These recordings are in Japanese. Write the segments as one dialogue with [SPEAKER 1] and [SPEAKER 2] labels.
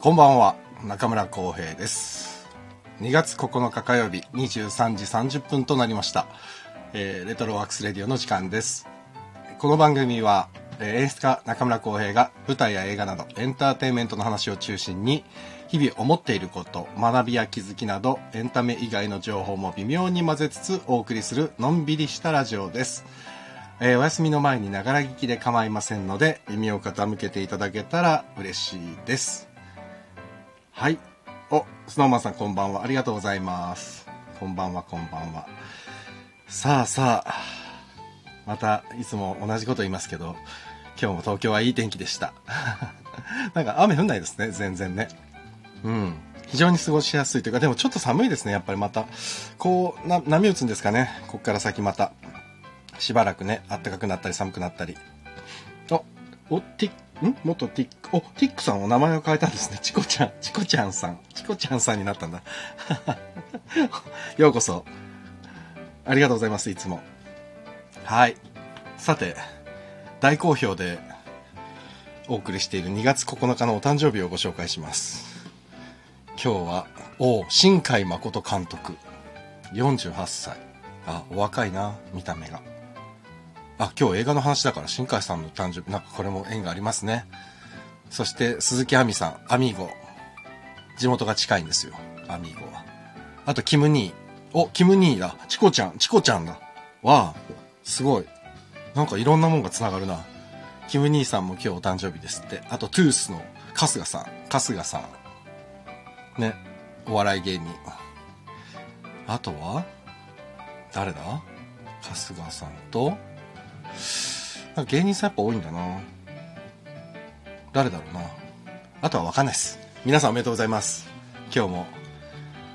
[SPEAKER 1] こんばんは中村浩平です2月9日火曜日23時30分となりました、えーレトロワークスレディオの時間ですこの番組はえー演出家中村浩平が舞台や映画などエンターテインメントの話を中心に日々思っていること学びや気づきなどエンタメ以外の情報も微妙に混ぜつつお送りするのんびりしたラジオですえーお休みの前にながら聞きで構いませんので耳を傾けていただけたら嬉しいですはいおスノーマンさんこんばんはありがとうございますこんばんはこんばんはさあさあまたいつも同じこと言いますけど今日も東京はいい天気でした なんか雨降んないですね全然ねうん非常に過ごしやすいというかでもちょっと寒いですねやっぱりまたこうな波打つんですかねこっから先またしばらくね、暖かくなったり寒くなったり。あ、お、ティッん元ティック、お、ティックさんお名前を変えたんですね。チコちゃん、チコちゃんさん、チコちゃんさんになったんだ。 ようこそ。ありがとうございます、いつも。はい。さて、大好評でお送りしている2月9日のお誕生日をご紹介します。今日は、お新海誠監督、48歳。あ、お若いな、見た目が。あ、今日映画の話だから、新海さんの誕生日、なんかこれも縁がありますね。そして、鈴木亜美さん、アミーゴ。地元が近いんですよ、アミーゴは。あと、キムニー。お、キムニーだ。チコちゃん、チコちゃんだ。わあ、すごい。なんかいろんなもんが繋がるな。キム兄さんも今日お誕生日ですって。あと、トゥースの春日さん、春日さん。ね、お笑い芸人。あとは誰だ春日さんとなんか芸人さんやっぱ多いんだな誰だろうなあとは分かんないです皆さんおめでとうございます今日も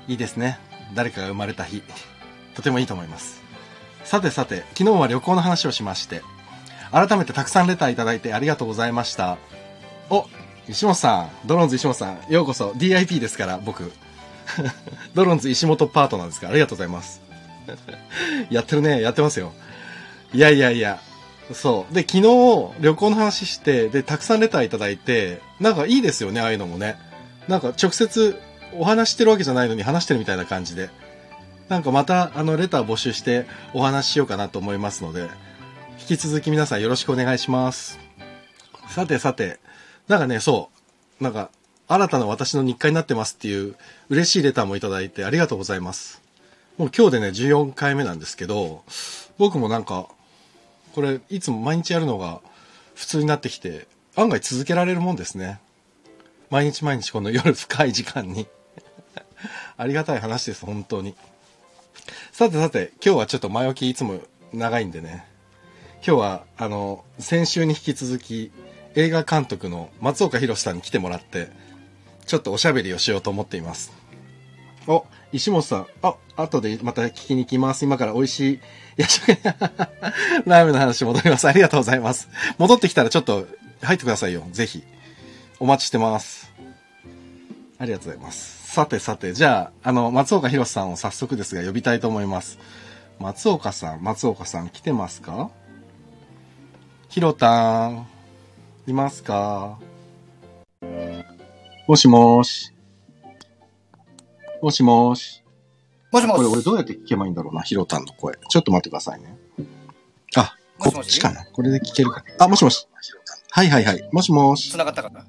[SPEAKER 1] いいですね誰かが生まれた日とてもいいと思いますさてさて昨日は旅行の話をしまして改めてたくさんレターいただいてありがとうございましたお石本さんドローンズ石本さんようこそ DIP ですから僕 ドローンズ石本パートナーですからありがとうございます やってるね。やってますよ。いやいやいや。そう。で、昨日、旅行の話して、で、たくさんレターいただいて、なんかいいですよね、ああいうのもね。なんか直接、お話してるわけじゃないのに話してるみたいな感じで。なんかまた、あの、レター募集して、お話ししようかなと思いますので、引き続き皆さんよろしくお願いします。さてさて、なんかね、そう。なんか、新たな私の日課になってますっていう、嬉しいレターもいただいて、ありがとうございます。もう今日でね、14回目なんですけど、僕もなんか、これ、いつも毎日やるのが普通になってきて、案外続けられるもんですね。毎日毎日この夜深い時間に。 ありがたい話です、本当に。さてさて、今日はちょっと前置きいつも長いんでね。今日は、あの、先週に引き続き、映画監督の松岡弘さんに来てもらって、ちょっとおしゃべりをしようと思っています。お、石本さん。あ、後でまた聞きに来ます。今から美味しい、夜食 ラーメンの話戻ります。ありがとうございます。戻ってきたらちょっと入ってくださいよ。ぜひ。お待ちしてます。ありがとうございます。さてさて、じゃあ、あの、松岡弘さんを早速ですが呼びたいと思います。松岡さん、松岡さん来てますかひろたん、いますかもしもーし。もしもーし。
[SPEAKER 2] もしも
[SPEAKER 1] こ
[SPEAKER 2] し。
[SPEAKER 1] れ俺どうやって聞けばいいんだろうな、ひろたんの声。ちょっと待ってくださいね。あ、こ
[SPEAKER 2] もしも
[SPEAKER 1] っ
[SPEAKER 2] し
[SPEAKER 1] ちかな。これで聞けるかな。あ、もしもし。はいはいはい。もしもし。
[SPEAKER 2] 繋がったかな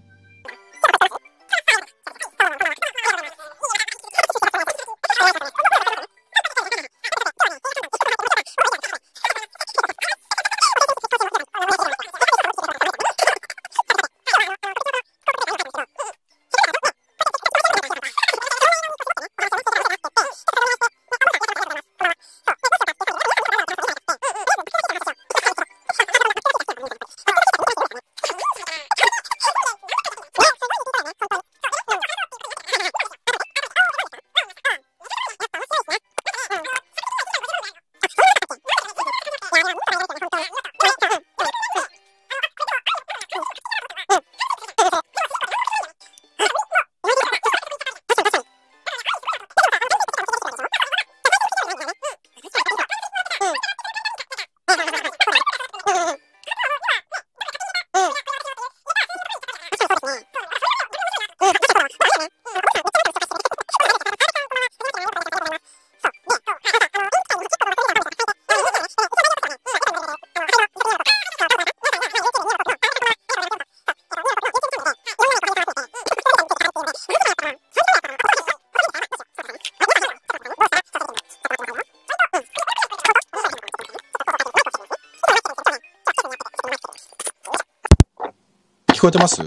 [SPEAKER 3] 聞こえてます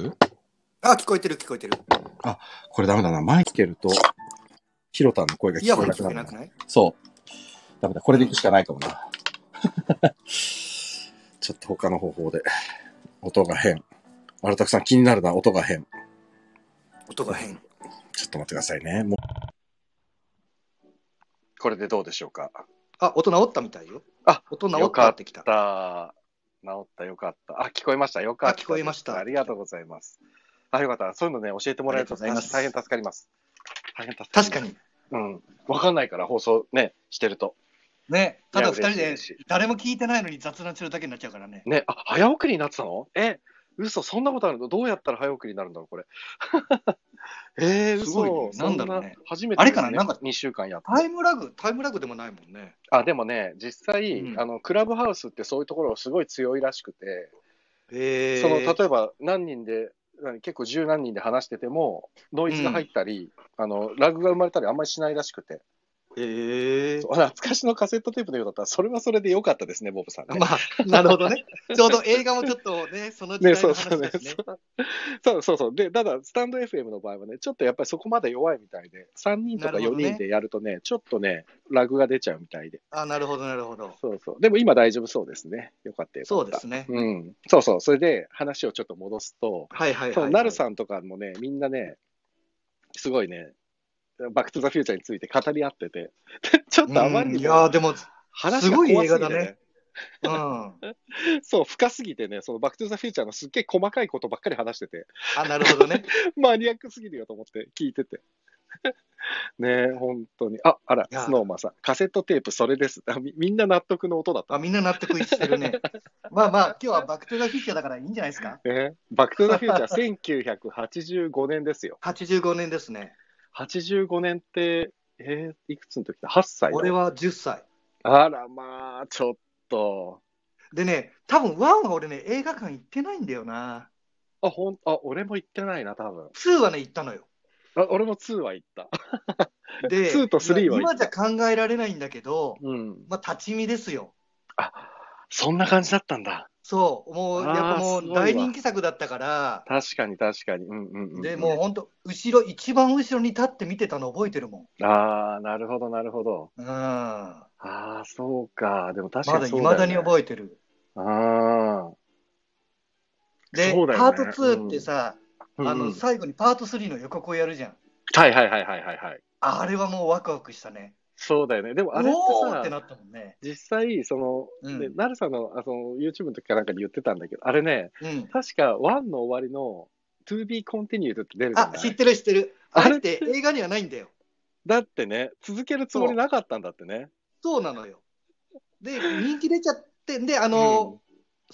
[SPEAKER 4] あ、聞こえてる、聞こえてる。
[SPEAKER 3] これダメだな。前つけると、ヒロタンの声が
[SPEAKER 4] イ
[SPEAKER 3] 聞
[SPEAKER 4] ヤ
[SPEAKER 3] こ
[SPEAKER 4] ホ
[SPEAKER 3] え
[SPEAKER 4] ン
[SPEAKER 3] な
[SPEAKER 4] 聞
[SPEAKER 3] くな
[SPEAKER 4] こえ
[SPEAKER 3] る
[SPEAKER 4] な
[SPEAKER 3] な
[SPEAKER 4] く。ない
[SPEAKER 3] そう。ダメだ。これで行くしかない かもな。ちょっと他の方法で。音が変。あらたくさん気になるな。音が変。
[SPEAKER 4] 音が変。
[SPEAKER 3] ちょっと待ってくださいね。もうこれでどうでしょうか。
[SPEAKER 4] あ、音治ったみたいよ。
[SPEAKER 1] あ、
[SPEAKER 4] 音治
[SPEAKER 1] よ
[SPEAKER 4] った
[SPEAKER 1] か
[SPEAKER 4] っ
[SPEAKER 1] って
[SPEAKER 4] きた。
[SPEAKER 1] た。治った、よかった。あ、聞こえました。よかったです。
[SPEAKER 4] あ聞こえました
[SPEAKER 1] ありがとうございます。あ、よかった。そういうのね、教えてもらえると
[SPEAKER 4] ありがとうございます
[SPEAKER 1] 大変助かります。大変助かります
[SPEAKER 4] 確か。に。
[SPEAKER 1] うん。わかんないから、放送ね、してると。
[SPEAKER 4] ね、ただ
[SPEAKER 1] いや
[SPEAKER 4] 二人で
[SPEAKER 1] 嬉しい嬉しい
[SPEAKER 4] 誰も聞いてないのに雑談するだけになっちゃうからね。
[SPEAKER 1] ね、あ、早送りになってたのえ、嘘、そんなことあるのどうやったら早送りになるんだろう、これ。 えー、
[SPEAKER 4] すごい
[SPEAKER 1] 嘘。
[SPEAKER 4] ねなんだろうね
[SPEAKER 1] そな初めて、
[SPEAKER 4] あれかななんか
[SPEAKER 1] 2週間やって。
[SPEAKER 4] タイムラグ、タイムラグでもないもんね。
[SPEAKER 1] あ、でもね、実際、
[SPEAKER 4] うん
[SPEAKER 1] あの、クラブハウスってそういうところすごい強いらしくて、
[SPEAKER 4] え
[SPEAKER 1] その例えば何人で何結構十何人で話しててもノイズが入ったり、あのラグが生まれたりあんまりしないらしくて
[SPEAKER 4] え
[SPEAKER 1] そう懐かしのカセットテープのようだったらそれはそれで良かったですねボブさんね。
[SPEAKER 4] まあ、なるほどね。 ちょうど映画もちょっとね、その時代
[SPEAKER 1] ね、そう
[SPEAKER 4] の話
[SPEAKER 1] そうね
[SPEAKER 4] だしね。
[SPEAKER 1] そうそうそうでただスタンド FM の場合はねちょっとやっぱりそこまで弱いみたいで3人とか
[SPEAKER 4] なるほ
[SPEAKER 1] 4
[SPEAKER 4] どね
[SPEAKER 1] 人でやるとねちょっとねラグが出ちゃうみたいで
[SPEAKER 4] あ、なるほど、なるほど。
[SPEAKER 1] そうそうでも今大丈夫そうですねよかったよかった
[SPEAKER 4] そうですね。
[SPEAKER 1] うん、そうそうそれで話をちょっと戻すと、
[SPEAKER 4] はいはい
[SPEAKER 1] そ
[SPEAKER 4] は
[SPEAKER 1] う
[SPEAKER 4] い。
[SPEAKER 1] なるさんとかもね、みんなね、すごいね、バック・トゥ・ザ・フューチャーについて語り合って て、ちょっとあまり
[SPEAKER 4] うんい
[SPEAKER 1] に
[SPEAKER 4] や
[SPEAKER 1] も
[SPEAKER 4] ーでも、
[SPEAKER 1] 話
[SPEAKER 4] す
[SPEAKER 1] が
[SPEAKER 4] ご
[SPEAKER 1] 怖
[SPEAKER 4] い
[SPEAKER 1] すぎ
[SPEAKER 4] 映
[SPEAKER 1] て
[SPEAKER 4] 画だね
[SPEAKER 1] ね、。
[SPEAKER 4] うん。あ、
[SPEAKER 1] そう、深すぎてね、そのバック・トゥ・ザ・フューチャーのすっげえ細かいことばっかり話してて、
[SPEAKER 4] なるほどね。
[SPEAKER 1] マニアックすぎるよと思って聞いてて。 ねえ、本当に。あ、あら、
[SPEAKER 4] いや
[SPEAKER 1] スノーマンさん、カセットテープそれです。あみみんな納得の音だった
[SPEAKER 4] あ、みんな納得してる ね。まあまあ、今日はバックトゥザフィッシャーだからいいんじゃないですか。
[SPEAKER 1] ね。バック・トゥ・ザ・フューチャー1985年ですよ。
[SPEAKER 4] 85年ですね。
[SPEAKER 1] 85年って、えーいくつの時だ ?8 歳だ
[SPEAKER 4] 俺は10歳。
[SPEAKER 1] あらまあ、ちょっと。
[SPEAKER 4] でね、多分ワンは俺ね、映画館行ってないんだよな。
[SPEAKER 1] あ、ほん、あ、俺も行ってないな、多分。
[SPEAKER 4] ツーはね、行っ たのよ。
[SPEAKER 1] あ、俺も2は行った。
[SPEAKER 4] で、
[SPEAKER 1] ツーとスリーは行
[SPEAKER 4] 今
[SPEAKER 1] っ
[SPEAKER 4] じゃ考えられないんだけど、
[SPEAKER 1] うん。
[SPEAKER 4] まあ、立ち見ですよ。
[SPEAKER 1] あ、そんな感じだったんだ。
[SPEAKER 4] そう、もう、
[SPEAKER 1] あー
[SPEAKER 4] やっぱも
[SPEAKER 1] す
[SPEAKER 4] う
[SPEAKER 1] ごいわ
[SPEAKER 4] 大人気作だったから、
[SPEAKER 1] 確かに、確かに。うんうんうん。
[SPEAKER 4] でもう本当、後ろ、一番後ろに立って見てたの覚えてるも
[SPEAKER 1] ああ、なるほど、なるほど。
[SPEAKER 4] ん。うん。ま
[SPEAKER 1] ああ、そうか。でも確かに
[SPEAKER 4] だ未
[SPEAKER 1] そうだよ、ね。
[SPEAKER 4] だに覚えてる。
[SPEAKER 1] えああ。
[SPEAKER 4] で、
[SPEAKER 1] そうだ
[SPEAKER 4] パ
[SPEAKER 1] よ
[SPEAKER 4] ー
[SPEAKER 1] ね
[SPEAKER 4] ト2ってさ、
[SPEAKER 1] うん
[SPEAKER 4] あ
[SPEAKER 1] う
[SPEAKER 4] の
[SPEAKER 1] ん
[SPEAKER 4] 最後にパート3の予告をやるじゃん。
[SPEAKER 1] はいはいはいはいはいはい。
[SPEAKER 4] あれはもうワクワクしたね。
[SPEAKER 1] そうだよね。でもあれっ
[SPEAKER 4] おーっ
[SPEAKER 1] てさ、
[SPEAKER 4] てなったもんね。
[SPEAKER 1] 実際、その、
[SPEAKER 4] うん
[SPEAKER 1] ねなるさんの、あその、YouTube の時かなんかに言ってたんだけど、あれね、
[SPEAKER 4] うん、
[SPEAKER 1] 確か1の終わりの To be continued って出るじゃ
[SPEAKER 4] あ
[SPEAKER 1] ない
[SPEAKER 4] 知ってる知ってる。
[SPEAKER 1] あ
[SPEAKER 4] あ
[SPEAKER 1] れ
[SPEAKER 4] れって映画にはないんだよ。
[SPEAKER 1] だってね、続けるつもりなかったんだってね。
[SPEAKER 4] そうなのよ。で、人気出ちゃって、で、あの、
[SPEAKER 1] うん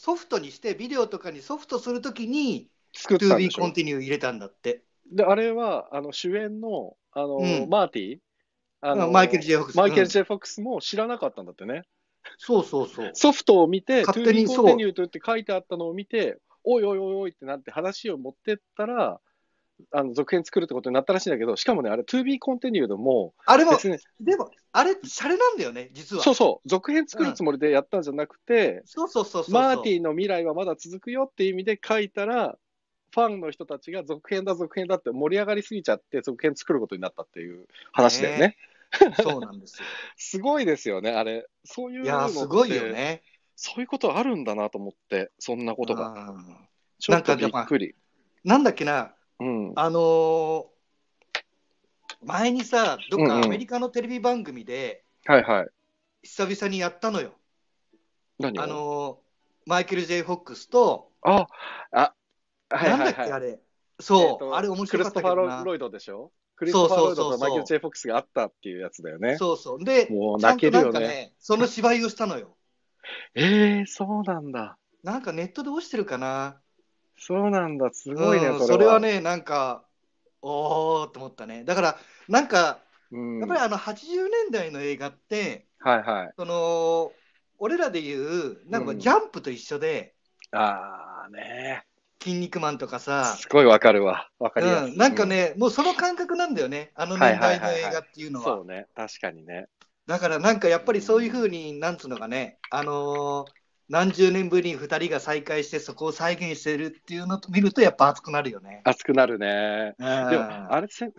[SPEAKER 4] ソフトにして、ビデオとかにソフトするときに、
[SPEAKER 1] 作った
[SPEAKER 4] To
[SPEAKER 1] ん
[SPEAKER 4] be
[SPEAKER 1] でしょ。
[SPEAKER 4] continue 入れたんだって。
[SPEAKER 1] で、あれは、あの、主演の、あの、
[SPEAKER 4] うん
[SPEAKER 1] マーティーあの、
[SPEAKER 4] マイケル・ J ・フォックス。
[SPEAKER 1] マイケル
[SPEAKER 4] うん
[SPEAKER 1] J フォックスも知らなかったんだってね。
[SPEAKER 4] そうそうそう。
[SPEAKER 1] ソフトを見て、
[SPEAKER 4] 勝手
[SPEAKER 1] To
[SPEAKER 4] に
[SPEAKER 1] be
[SPEAKER 4] そう
[SPEAKER 1] continued って書いてあったのを見て、おいおいおいおいってなって話を持ってったら、あの、続編作るってことになったらしいんだけど、しかもね、あれ、To be continued も、
[SPEAKER 4] あれも、
[SPEAKER 1] 別に、
[SPEAKER 4] でも、あれ、シャレなんだよね、実は。
[SPEAKER 1] そうそう、続編作るつもりでやったんじゃなくて、
[SPEAKER 4] そうそうそうそう。
[SPEAKER 1] マーティの未来はまだ続くよっていう意味で書いたら、ファンの人たちが続編だ、続編だって盛り上がりすぎちゃって、続編作ることになったっていう話だよね。
[SPEAKER 4] そうなんですよ。
[SPEAKER 1] すごいですよね、あれ。 そういう
[SPEAKER 4] いや
[SPEAKER 1] の
[SPEAKER 4] ー、
[SPEAKER 1] って
[SPEAKER 4] すごいよね。
[SPEAKER 1] そういうことあるんだなと思って、そんなことが。
[SPEAKER 4] うん
[SPEAKER 1] ちょっとびっくり。
[SPEAKER 4] なんだっけな、
[SPEAKER 1] うん。
[SPEAKER 4] あのー前にさ、どっ
[SPEAKER 1] うんう
[SPEAKER 4] か
[SPEAKER 1] ん
[SPEAKER 4] アメリカのテレビ番組で、
[SPEAKER 1] はいはい。
[SPEAKER 4] 久々にやったのよ。
[SPEAKER 1] 何を
[SPEAKER 4] あのーマイケル・ J ・フォックスと、
[SPEAKER 1] あ、あ、はいはい
[SPEAKER 4] なんだ
[SPEAKER 1] は
[SPEAKER 4] っ
[SPEAKER 1] い。
[SPEAKER 4] け、あれ。
[SPEAKER 1] え
[SPEAKER 4] そう
[SPEAKER 1] ー、と
[SPEAKER 4] あれ面白かっ
[SPEAKER 1] クリスト
[SPEAKER 4] たけど
[SPEAKER 1] ファ
[SPEAKER 4] な
[SPEAKER 1] ー・ロ。イドでしょクリストファー・ロイド
[SPEAKER 4] そうそ
[SPEAKER 1] と
[SPEAKER 4] うそうそ
[SPEAKER 1] マ
[SPEAKER 4] う
[SPEAKER 1] イケル・ジェイ・フォックスがあったっていうやつだよね。
[SPEAKER 4] そうそう。で、
[SPEAKER 1] もう
[SPEAKER 4] ちゃ
[SPEAKER 1] 泣
[SPEAKER 4] ん
[SPEAKER 1] ける
[SPEAKER 4] とな
[SPEAKER 1] よ
[SPEAKER 4] んか
[SPEAKER 1] ね。
[SPEAKER 4] ね、その芝居をしたのよ。
[SPEAKER 1] えー、そうなんだ。
[SPEAKER 4] なんかネットで落ちてるかな。
[SPEAKER 1] そうなんだ、すごいね、
[SPEAKER 4] うんそれは。ね、なんか、おーって思ったね。だから、なんか、
[SPEAKER 1] うん
[SPEAKER 4] やっぱりあの80年代の映画って、
[SPEAKER 1] はいはい。
[SPEAKER 4] その俺らでいうなんか
[SPEAKER 1] うん
[SPEAKER 4] ジャンプと一緒で
[SPEAKER 1] ああね
[SPEAKER 4] 「筋肉マン」とかさ、
[SPEAKER 1] すごいわかるわ。わかりや
[SPEAKER 4] う
[SPEAKER 1] すい。
[SPEAKER 4] ん、なんかね、もうその感覚なんだよねあの年代の
[SPEAKER 1] はいはいはい
[SPEAKER 4] 映
[SPEAKER 1] はい
[SPEAKER 4] 画っていう
[SPEAKER 1] うん。
[SPEAKER 4] のは,、
[SPEAKER 1] そうね、確かにね。
[SPEAKER 4] だからなんかやっぱりそういうふうになんつうのかねあのー何十年ぶりに2人が再会してそこを再現してるっていうのと見るとやっぱ熱くなるよね。
[SPEAKER 1] 熱くなるね。
[SPEAKER 4] で
[SPEAKER 1] でも、あれ、せん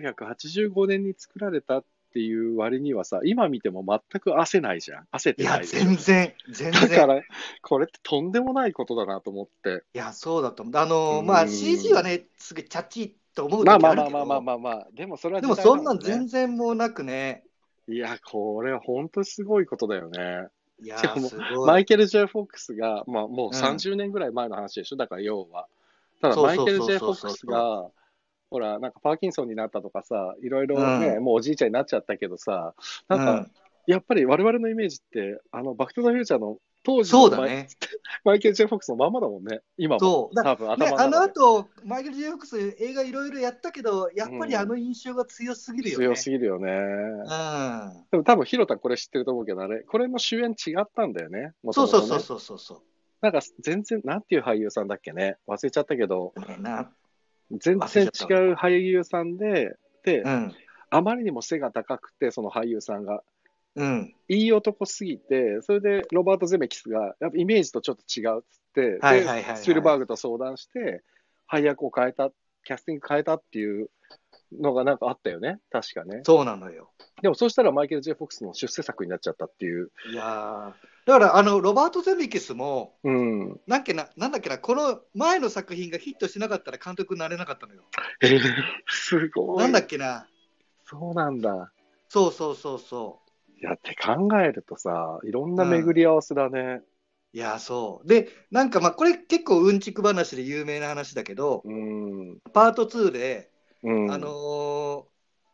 [SPEAKER 1] 1985年に作られたっていう割にはさ、今見ても全く汗ないじゃん。汗っ
[SPEAKER 4] い
[SPEAKER 1] てな
[SPEAKER 4] や、
[SPEAKER 1] い。
[SPEAKER 4] 全然、全
[SPEAKER 1] だか
[SPEAKER 4] 然。
[SPEAKER 1] ら、これってとんでもないことだなと思って。
[SPEAKER 4] いや、そうだと思う。あの
[SPEAKER 1] う
[SPEAKER 4] ー、
[SPEAKER 1] ん
[SPEAKER 4] まあ、CG はね、すぐチャッチいと思う時
[SPEAKER 1] ま
[SPEAKER 4] あ
[SPEAKER 1] あ
[SPEAKER 4] るけ
[SPEAKER 1] まあ
[SPEAKER 4] ど。
[SPEAKER 1] まあまあまあまあまあ、でもそれは
[SPEAKER 4] で
[SPEAKER 1] 時
[SPEAKER 4] も、
[SPEAKER 1] 代だ
[SPEAKER 4] そ
[SPEAKER 1] も
[SPEAKER 4] んなん
[SPEAKER 1] ね
[SPEAKER 4] 全然もうなくね。
[SPEAKER 1] いや、これは本当にすごいことだよね。
[SPEAKER 4] いや
[SPEAKER 1] しか
[SPEAKER 4] ー、
[SPEAKER 1] も
[SPEAKER 4] すご
[SPEAKER 1] マ
[SPEAKER 4] い。
[SPEAKER 1] イケル・ J ・フォックスが、まあ、もう
[SPEAKER 4] うん
[SPEAKER 1] 30年ぐらい前の話でしょ、だから要は。ただ、
[SPEAKER 4] そう
[SPEAKER 1] マイ
[SPEAKER 4] そう
[SPEAKER 1] ケル・
[SPEAKER 4] そう
[SPEAKER 1] J ・フ
[SPEAKER 4] そ
[SPEAKER 1] ォ
[SPEAKER 4] う
[SPEAKER 1] ッ
[SPEAKER 4] そう
[SPEAKER 1] クスが、ほら、なんかパーキンソンになったとかさ、いろいろね、
[SPEAKER 4] う
[SPEAKER 1] もうおじいちゃんになっちゃったけどさ、
[SPEAKER 4] う
[SPEAKER 1] なんか、
[SPEAKER 4] ん、
[SPEAKER 1] やっぱり我々のイメージって、あの、バック・トゥ・ザ・フューチャーの当時
[SPEAKER 4] そ
[SPEAKER 1] の
[SPEAKER 4] うだ
[SPEAKER 1] マイ,、
[SPEAKER 4] ね。
[SPEAKER 1] マイケル・ジェフォックスのまんまだもんね、今も。
[SPEAKER 4] そう。だ
[SPEAKER 1] 多分
[SPEAKER 4] ね、
[SPEAKER 1] 頭の
[SPEAKER 4] あの
[SPEAKER 1] 中で
[SPEAKER 4] 後、マイケル・ジェフォックス映画いろいろやったけど、やっぱりあの印象が強すぎるよね。
[SPEAKER 1] 強すぎるよね。
[SPEAKER 4] うん。
[SPEAKER 1] でも多分、ヒロタこれ知ってると思うけど、あれ、これの主演違ったんだよね。
[SPEAKER 4] そうそう
[SPEAKER 1] 元々
[SPEAKER 4] そう
[SPEAKER 1] ね
[SPEAKER 4] そうそうそ
[SPEAKER 1] なんか全然、なんていう俳優さんだっけね、忘れちゃったけど、
[SPEAKER 4] う。ごめんな。
[SPEAKER 1] 全然違う俳優さんで、で、
[SPEAKER 4] うん。
[SPEAKER 1] あまりにも背が高くて、その俳優さんが、
[SPEAKER 4] うん。
[SPEAKER 1] いい男すぎて、それでロバート・ゼメキスが、やっぱイメージとちょっと違うっつって、で
[SPEAKER 4] はいはいはいはい
[SPEAKER 1] スピルバーグと相談して、配役を変えた、キャスティング変えたっていうのがなんかあったよね、確かね。
[SPEAKER 4] そうなのよ。
[SPEAKER 1] でもそうしたらマイケル・ J ・フォックスの出世作になっちゃったっていう。
[SPEAKER 4] いやーだから、あの、ロバート・ゼミキスも、
[SPEAKER 1] うん。
[SPEAKER 4] なんけな、なんだっけな、この前の作品がヒットしなかったら監督になれなかったのよ。
[SPEAKER 1] えー、すごい。
[SPEAKER 4] なんだっけな。
[SPEAKER 1] そうなんだ。
[SPEAKER 4] そうそうそうそ
[SPEAKER 1] いや、って考えるとさ、いろんな巡り合わせだね。
[SPEAKER 4] う。いやー、そう。で、なんかまあ、これ結構うんちく話で有名な話だけど、
[SPEAKER 1] うん。
[SPEAKER 4] パート2で、
[SPEAKER 1] うん。
[SPEAKER 4] あのー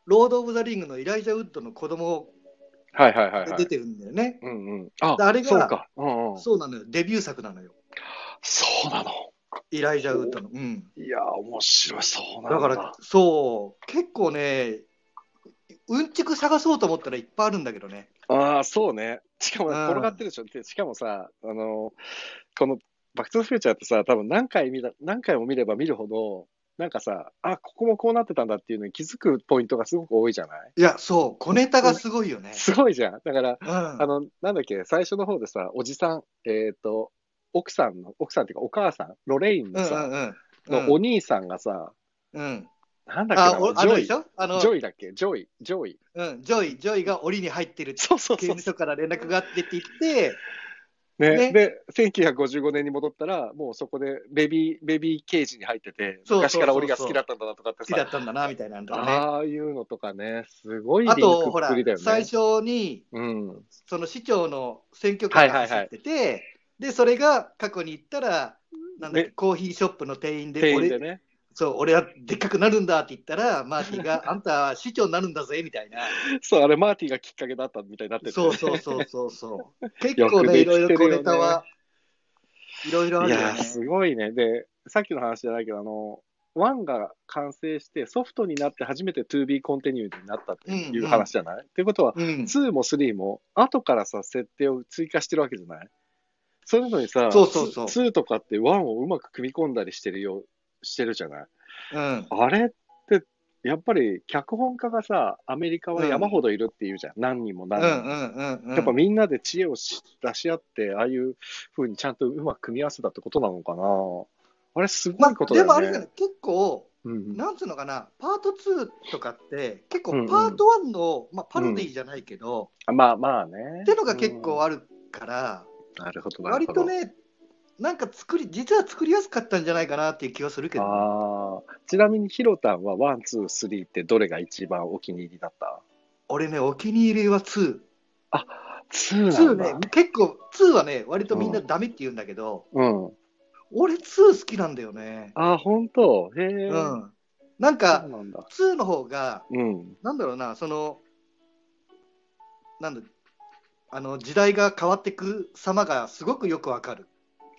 [SPEAKER 4] ロード・オブ・ザ・リングのイライザ・ウッドの子供
[SPEAKER 1] はいはいはい
[SPEAKER 4] が
[SPEAKER 1] は
[SPEAKER 4] 出
[SPEAKER 1] い。
[SPEAKER 4] てるんだよね。
[SPEAKER 1] うんうん。あ、
[SPEAKER 4] あれが
[SPEAKER 1] そうか。うんうん。
[SPEAKER 4] そうなのよ。デビュー作なのよ。
[SPEAKER 1] そうなの。
[SPEAKER 4] イライザ・ウッドの。うん。
[SPEAKER 1] いや、面白い。そうな
[SPEAKER 4] だ
[SPEAKER 1] んだ。
[SPEAKER 4] から、そう、結構ね、うんちく探そうと思ったらいっぱいあるんだけどね。
[SPEAKER 1] ああ、そうね。しかも
[SPEAKER 4] うん
[SPEAKER 1] 転がってるでしょ。で、しかもさ、あの、このバックトゥザフューチャーってさ、多分何回見た、何回も見れば見るほど、なんかさ、あ、ここもこうなってたんだっていうのに気づくポイントがすごく多いじゃない
[SPEAKER 4] いや、そう、小ネタがすごいよね。
[SPEAKER 1] すごいじゃん。だから、
[SPEAKER 4] うん。
[SPEAKER 1] あの、なんだっけ、最初の方でさ、おじさん、えっ、と、奥さんの、奥さんっていうかお母さん、ロレイン
[SPEAKER 4] う
[SPEAKER 1] の
[SPEAKER 4] んう
[SPEAKER 1] さ、
[SPEAKER 4] んうん。
[SPEAKER 1] のお兄さんがさ、
[SPEAKER 4] うん。
[SPEAKER 1] なんだっ
[SPEAKER 4] あ、
[SPEAKER 1] け
[SPEAKER 4] お
[SPEAKER 1] な、
[SPEAKER 4] あ
[SPEAKER 1] ジ
[SPEAKER 4] の
[SPEAKER 1] ョ
[SPEAKER 4] でし
[SPEAKER 1] イ、
[SPEAKER 4] ょあの、
[SPEAKER 1] ジョイだっけ、ジョイ、ジョイ。
[SPEAKER 4] うん、ジョイ、ジョイが檻に入ってるって
[SPEAKER 1] そうそう
[SPEAKER 4] 刑
[SPEAKER 1] そう
[SPEAKER 4] 務。所から連絡があってって言って、
[SPEAKER 1] ね、
[SPEAKER 4] ね
[SPEAKER 1] で、1955年に戻ったら、もうそこでベビー、ベビーケージに入ってて、
[SPEAKER 4] そうそうそう
[SPEAKER 1] 昔
[SPEAKER 4] そう
[SPEAKER 1] から俺が好きだったんだなとかって
[SPEAKER 4] 好きだ
[SPEAKER 1] さ、
[SPEAKER 4] ったんだな、みたいなのとかね。
[SPEAKER 1] ああいうのとかね、すごいリン
[SPEAKER 4] あ
[SPEAKER 1] ク
[SPEAKER 4] と、ほ
[SPEAKER 1] っ
[SPEAKER 4] ら
[SPEAKER 1] ぷりだよ、
[SPEAKER 4] 最
[SPEAKER 1] ね。
[SPEAKER 4] 初に、
[SPEAKER 1] うん。
[SPEAKER 4] その市長の選挙区が走ってて、で、それが過去に行ったら、なんだっけ、
[SPEAKER 1] ね
[SPEAKER 4] コーヒーショップの店員で、
[SPEAKER 1] 店員で
[SPEAKER 4] 俺、
[SPEAKER 1] ね。
[SPEAKER 4] そう、俺はでっかくなるんだって言ったら、マーテ ィが、あんたは市長になるんだぜ、みたいな。
[SPEAKER 1] そう、あれ、マーティがきっかけだったみたいになってる
[SPEAKER 4] そうそうそうそ うそう。結構ね、
[SPEAKER 1] よ
[SPEAKER 4] い
[SPEAKER 1] く
[SPEAKER 4] ろ
[SPEAKER 1] できてるよね
[SPEAKER 4] いろ小ネタは、いろいろあ
[SPEAKER 1] い
[SPEAKER 4] るよ
[SPEAKER 1] やー、
[SPEAKER 4] ね。
[SPEAKER 1] すごいね。で、さっきの話じゃないけど、あの、ワンが完成して、ソフトになって初めて 2B コンティニューになったって
[SPEAKER 4] うん
[SPEAKER 1] い
[SPEAKER 4] うん
[SPEAKER 1] う話じゃない、っていうことは、
[SPEAKER 4] うん、
[SPEAKER 1] 2も3も、後からさ、設定を追加してるわけじゃないそういうのにさ、
[SPEAKER 4] そうそうそう
[SPEAKER 1] ツー2とかって1をうまく組み込んだりしてるよう、してるじゃない
[SPEAKER 4] うん、
[SPEAKER 1] あれって、やっぱり脚本家がさ、アメリカは山ほどいるっていうじゃん。何人も
[SPEAKER 4] う
[SPEAKER 1] 何
[SPEAKER 4] ん、
[SPEAKER 1] 人
[SPEAKER 4] う
[SPEAKER 1] も。
[SPEAKER 4] ん、うんうん。
[SPEAKER 1] やっぱみんなで知恵をし出し合って、ああいう風にちゃんとうまく組み合わせたってことなのかな。あれ、すご
[SPEAKER 4] ま
[SPEAKER 1] いこ
[SPEAKER 4] あ、
[SPEAKER 1] とだ
[SPEAKER 4] で
[SPEAKER 1] よね。
[SPEAKER 4] もあれじゃない、結構、
[SPEAKER 1] うん
[SPEAKER 4] なんつうのかな、パート2とかって、結構
[SPEAKER 1] うんうん
[SPEAKER 4] パート1の、まあ、パロディじゃないけど、
[SPEAKER 1] あまあまあね。
[SPEAKER 4] っていうのが結構
[SPEAKER 1] あ
[SPEAKER 4] あるから、
[SPEAKER 1] なるほど、なる
[SPEAKER 4] 割
[SPEAKER 1] ほ
[SPEAKER 4] と
[SPEAKER 1] ど。
[SPEAKER 4] ね、なんか作り、実は作りやすかったんじゃないかなっていう気はするけどね、
[SPEAKER 1] ああ。ちなみにヒロタンはワン、ツー、スリーってどれが一番お気に入りだった
[SPEAKER 4] 俺ね、お気に入りは2。
[SPEAKER 1] ツーな
[SPEAKER 4] 2
[SPEAKER 1] んだ。
[SPEAKER 4] ね、結構、2はね、割とみんなダメって言うんだけど、
[SPEAKER 1] うん。
[SPEAKER 4] 俺2好きなんだよね。
[SPEAKER 1] ああ、本当。へえ。
[SPEAKER 4] う
[SPEAKER 1] そ
[SPEAKER 4] ん。なん
[SPEAKER 1] う
[SPEAKER 4] か、
[SPEAKER 1] なんだ。
[SPEAKER 4] 2の方が、
[SPEAKER 1] うん。
[SPEAKER 4] なんだろうな、その、なんだ、あの、時代が変わってく様がすごくよくわかる。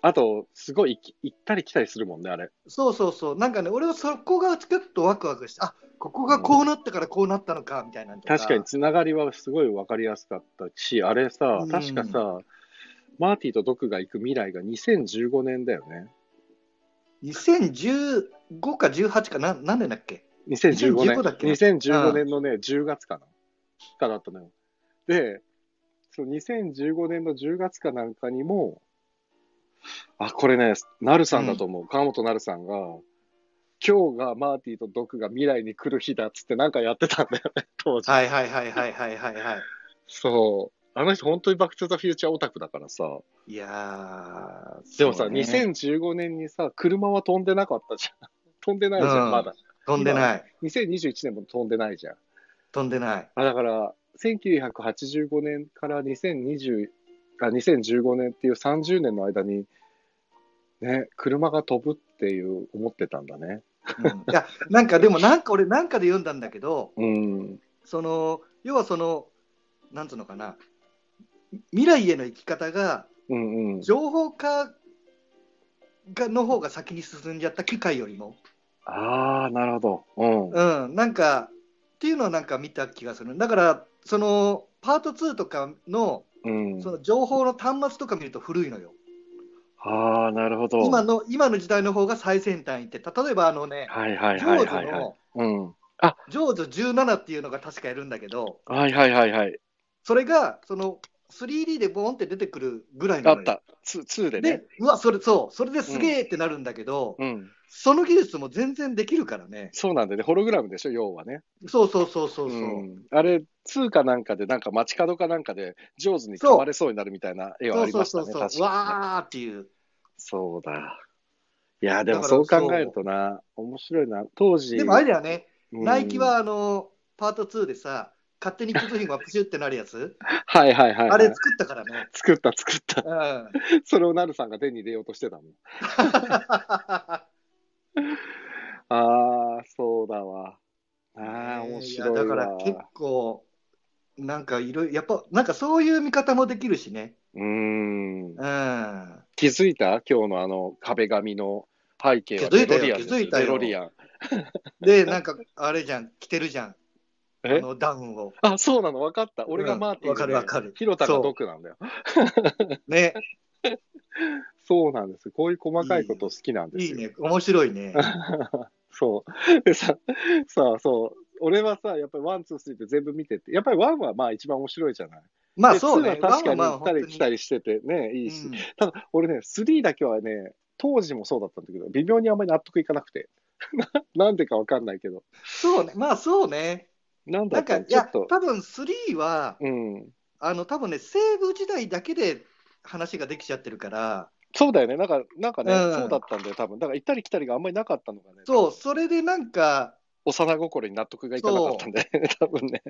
[SPEAKER 1] あと、すごい行き行ったり来たりするもんね、あれ。
[SPEAKER 4] そうそうそう、なんかね、俺はそこがちょっとワクワクして、あここがこうなったからこうなったのかみたいなのと
[SPEAKER 1] 確かにつながりはすごい分かりやすかったし、あれさ
[SPEAKER 4] う、ん
[SPEAKER 1] 確かさ、マーティとドクが行く未来が2015年だよね。
[SPEAKER 4] 2015か18かな、何年だっけ
[SPEAKER 1] 2015年。
[SPEAKER 4] 2015だっけ
[SPEAKER 1] 2015年のね、10月かな。かだったのよ。で、そう、2015年の10月かなんかにも、あ、これね、なるさんだと思う。川本なるさんが、今日がマーティとドクが未来に来る日だっつってなんかやってたんだよね、 当時。
[SPEAKER 4] はいはいはいはいはいはいは
[SPEAKER 1] そう。あの人本当にバックトゥザフューチャーオタクだからさ。
[SPEAKER 4] い。いやー、
[SPEAKER 1] でもさ、
[SPEAKER 4] そうね
[SPEAKER 1] 2015年にさ、車は飛んでなかったじゃん。飛んでないじゃ
[SPEAKER 4] うん
[SPEAKER 1] ん、まだ。
[SPEAKER 4] 飛んでない。
[SPEAKER 1] 2021年も飛んでないじゃん。
[SPEAKER 4] 飛んで ない。
[SPEAKER 1] あだから、1985年から2020あ2015年っていう30年の間に、ね、車が飛ぶっていう思ってたんだね。
[SPEAKER 4] うん、いや、なんかでも、なんか俺、なんかで読んだんだけど、
[SPEAKER 1] うん。
[SPEAKER 4] その、要はその、なんつうのかな、未来への生き方が、
[SPEAKER 1] うんうん。
[SPEAKER 4] 情報化がの方が先に進んじゃった機械よりも、
[SPEAKER 1] ああ、なるほど。うん。
[SPEAKER 4] うん、なんか、っていうのはなんか見た気がする。だから、その、パート2とかの、
[SPEAKER 1] うん、
[SPEAKER 4] その情報の端末とか見ると古いのよ。
[SPEAKER 1] ああ、なるほど。
[SPEAKER 4] 今の、今の時代の方が最先端行ってた。例えばあのね、
[SPEAKER 1] はいはい
[SPEAKER 4] ジ
[SPEAKER 1] は
[SPEAKER 4] ョ
[SPEAKER 1] い
[SPEAKER 4] ー
[SPEAKER 1] はい、
[SPEAKER 4] ズ
[SPEAKER 1] はい。
[SPEAKER 4] の、
[SPEAKER 1] うん。
[SPEAKER 4] ジョーズ17っていうのが確かやるんだけど、
[SPEAKER 1] はいはいはいはい。
[SPEAKER 4] それが、その、3D でボーンって出てくるぐらい
[SPEAKER 1] あ
[SPEAKER 4] なの
[SPEAKER 1] っ
[SPEAKER 4] よ。
[SPEAKER 1] た。ツ2でね
[SPEAKER 4] で。、うわ、それ、そう、それですげえってなるんだけど、
[SPEAKER 1] うん。
[SPEAKER 4] その技術も全然できるからね。
[SPEAKER 1] そうなんだよね。ホログラムでしょ、要はね。
[SPEAKER 4] そうそうそうそうそう。
[SPEAKER 1] ん、あれ、2かなんかで、なんか街角かなんかで、上手に変われそうになるみたいな絵は
[SPEAKER 4] そ
[SPEAKER 1] あ
[SPEAKER 4] う
[SPEAKER 1] り
[SPEAKER 4] そ
[SPEAKER 1] ま
[SPEAKER 4] う
[SPEAKER 1] した
[SPEAKER 4] そ
[SPEAKER 1] ね、
[SPEAKER 4] うそう、
[SPEAKER 1] 確
[SPEAKER 4] う
[SPEAKER 1] か
[SPEAKER 4] わーっていう。
[SPEAKER 1] に。そうだ。いや、でも
[SPEAKER 4] だ
[SPEAKER 1] そう
[SPEAKER 4] から
[SPEAKER 1] 考えるとな、面白いな。当時、
[SPEAKER 4] でもあれだよね、
[SPEAKER 1] うん
[SPEAKER 4] ナイキは、あの、パート2でさ、勝手に靴ひもがプシュってなるやつ、
[SPEAKER 1] はいはいはい、
[SPEAKER 4] あ
[SPEAKER 1] は
[SPEAKER 4] れ
[SPEAKER 1] い。
[SPEAKER 4] 作ったからね。
[SPEAKER 1] 作った作った。
[SPEAKER 4] うん。
[SPEAKER 1] それをなるさんが手に入れようと してたもん。ああ、そうだわ。ああ、面白いわ。
[SPEAKER 4] やだから結構、なんかいろいろ、やっぱ、なんかそういう見方もできるしね。
[SPEAKER 1] うーん。
[SPEAKER 4] うん。
[SPEAKER 1] 気づいた今日のあの壁紙の背景は
[SPEAKER 4] 気づ
[SPEAKER 1] デ
[SPEAKER 4] いた
[SPEAKER 1] ロ
[SPEAKER 4] よ
[SPEAKER 1] リアンです
[SPEAKER 4] 気づいたよ
[SPEAKER 1] デロリアン。
[SPEAKER 4] で、なんか、あれじゃん、着てるじゃん、あ
[SPEAKER 1] え
[SPEAKER 4] のダウンを。
[SPEAKER 1] あ、そうなの分かった。俺がマーティンで、
[SPEAKER 4] うんわかるわかる
[SPEAKER 1] 広田がドクなんだよ。
[SPEAKER 4] ね、
[SPEAKER 1] そうなんです。こういう細かいこと好きなんです
[SPEAKER 4] いい
[SPEAKER 1] よ。
[SPEAKER 4] ね、面白い ね。
[SPEAKER 1] そう。 でさ、さあ、そう。俺はさ、やっぱりワン、ツー、スリーって全部見てて、やっぱりワンはまあ一番面白いじゃない。
[SPEAKER 4] まあ
[SPEAKER 1] で
[SPEAKER 4] そうね、
[SPEAKER 1] ツーは確かに
[SPEAKER 4] ま
[SPEAKER 1] 行
[SPEAKER 4] あまあ
[SPEAKER 1] ったり来たりしててね、いいし。ただ、俺ね、3だけはね、当時もそうだったんだけど、微妙にあんまり納得いかなくて。 なんでかわかんないけど。
[SPEAKER 4] そうね、まあそうね。
[SPEAKER 1] なんだ
[SPEAKER 4] な
[SPEAKER 1] っ
[SPEAKER 4] んか、
[SPEAKER 1] け
[SPEAKER 4] い
[SPEAKER 1] ちょ
[SPEAKER 4] や、
[SPEAKER 1] っと。
[SPEAKER 4] 多分3は、
[SPEAKER 1] うん。
[SPEAKER 4] あの、多分ね、西部時代だけで話ができちゃってるから、
[SPEAKER 1] そうだよね。なんか、なんかね、
[SPEAKER 4] うん
[SPEAKER 1] そうだったんだよ、多分。だから行ったり来たりがあんまりなかったのがね、
[SPEAKER 4] そう、それでなんか、
[SPEAKER 1] 幼心に納得がいかなかったんだよね、多分ね。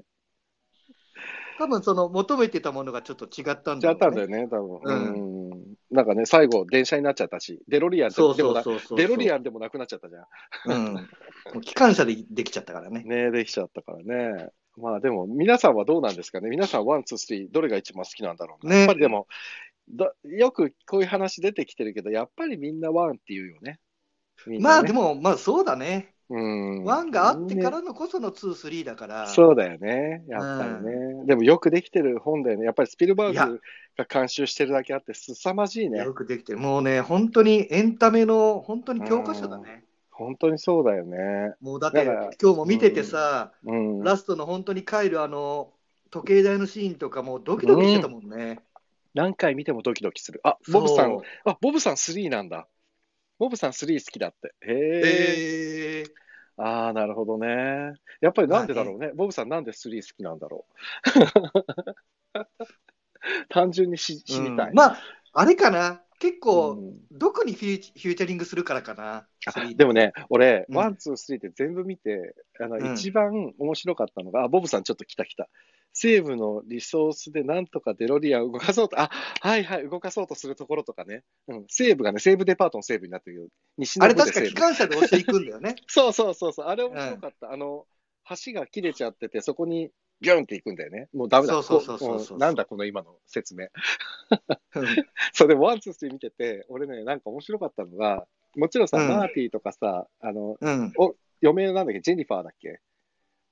[SPEAKER 4] 多分その求めてたものがちょっと違ったん
[SPEAKER 1] ちゃ
[SPEAKER 4] だろうね
[SPEAKER 1] ったんだよね、多分。うん。なんかね、最後、電車になっちゃったし、デロリアンって
[SPEAKER 4] そう
[SPEAKER 1] でも
[SPEAKER 4] そう
[SPEAKER 1] な
[SPEAKER 4] そうそう。
[SPEAKER 1] デロリ
[SPEAKER 4] ア
[SPEAKER 1] アンでもなくなっちゃったじゃん。
[SPEAKER 4] うん。もう機関車でできちゃったからね。
[SPEAKER 1] ね、できちゃったからね。まあでも、皆さんはどうなんですかね。皆さん、ワン、ツー、スリー、どれが一番好きなんだろうな。
[SPEAKER 4] ね
[SPEAKER 1] やっぱりでもだ、よくこういう話出てきてるけど、やっぱりみんなワンっていうよね。みん
[SPEAKER 4] ま
[SPEAKER 1] な
[SPEAKER 4] あ
[SPEAKER 1] ね
[SPEAKER 4] でも、まあそうだね。
[SPEAKER 1] うん。
[SPEAKER 4] ワンがあってからのこその2、3だから。
[SPEAKER 1] そうだよね、やっぱりね。でもよくできてる本だよね。やっぱりスピルバーグが監修してるだけあって、凄まじいね
[SPEAKER 4] よ。くできてる。もうね、本当にエンタメの、本当に教科書だね。
[SPEAKER 1] 本当にそうだよね。
[SPEAKER 4] もうだって、
[SPEAKER 1] だから
[SPEAKER 4] 今日も見ててさ、
[SPEAKER 1] うん。
[SPEAKER 4] ラストの本当に帰るあの、時計台のシーンとかもうドキドキしてたもんね。
[SPEAKER 1] 何回見てもドキドキする。あ、ボブさ
[SPEAKER 4] そ
[SPEAKER 1] ん
[SPEAKER 4] う、
[SPEAKER 1] あ、ボブさん3なんだ。ボブさん3好きだって。へえ。
[SPEAKER 4] えー
[SPEAKER 1] ああ、なるほどね。やっぱりなんでだろうね。ボブさんなんで3好きなんだろう。 単純にし知りたい。
[SPEAKER 4] うんまあ、あれかな。結
[SPEAKER 1] う
[SPEAKER 4] 構、
[SPEAKER 1] ん
[SPEAKER 4] どこにフューチフューチャリングするからかな。それ
[SPEAKER 1] でもね、俺、
[SPEAKER 4] うん
[SPEAKER 1] ワン、ツー、スリーって全部見て、あの、
[SPEAKER 4] うん
[SPEAKER 1] 一番面白かったのが、あ、ボブさんちょっと来た来た。西部のリソースでなんとかデロリアンを動かそうと、あ、はいはい、動かそうとするところとかね。うん、西部がね、西部デパートの西部になってるけど、西の
[SPEAKER 4] あ
[SPEAKER 1] 部
[SPEAKER 4] れ
[SPEAKER 1] で
[SPEAKER 4] 確か
[SPEAKER 1] 西
[SPEAKER 4] 機
[SPEAKER 1] 部。
[SPEAKER 4] 関車で押していくんだよね。
[SPEAKER 1] そうそうそうそう、あれ面白かった。あの、橋が切れちゃってて、そこにビュンって行くんだよね。もうダメだ。
[SPEAKER 4] そうそうそうそうそう
[SPEAKER 1] こんなんだ、この今の説明。
[SPEAKER 4] うん
[SPEAKER 1] そう、でも、ワン、ツー、スリー見てて、俺ね、なんか面白かったのが、もちろんさ、
[SPEAKER 4] うん
[SPEAKER 1] マーティとかさ、あの、
[SPEAKER 4] うん。
[SPEAKER 1] 嫁なんだっけ、ジェニファーだっけ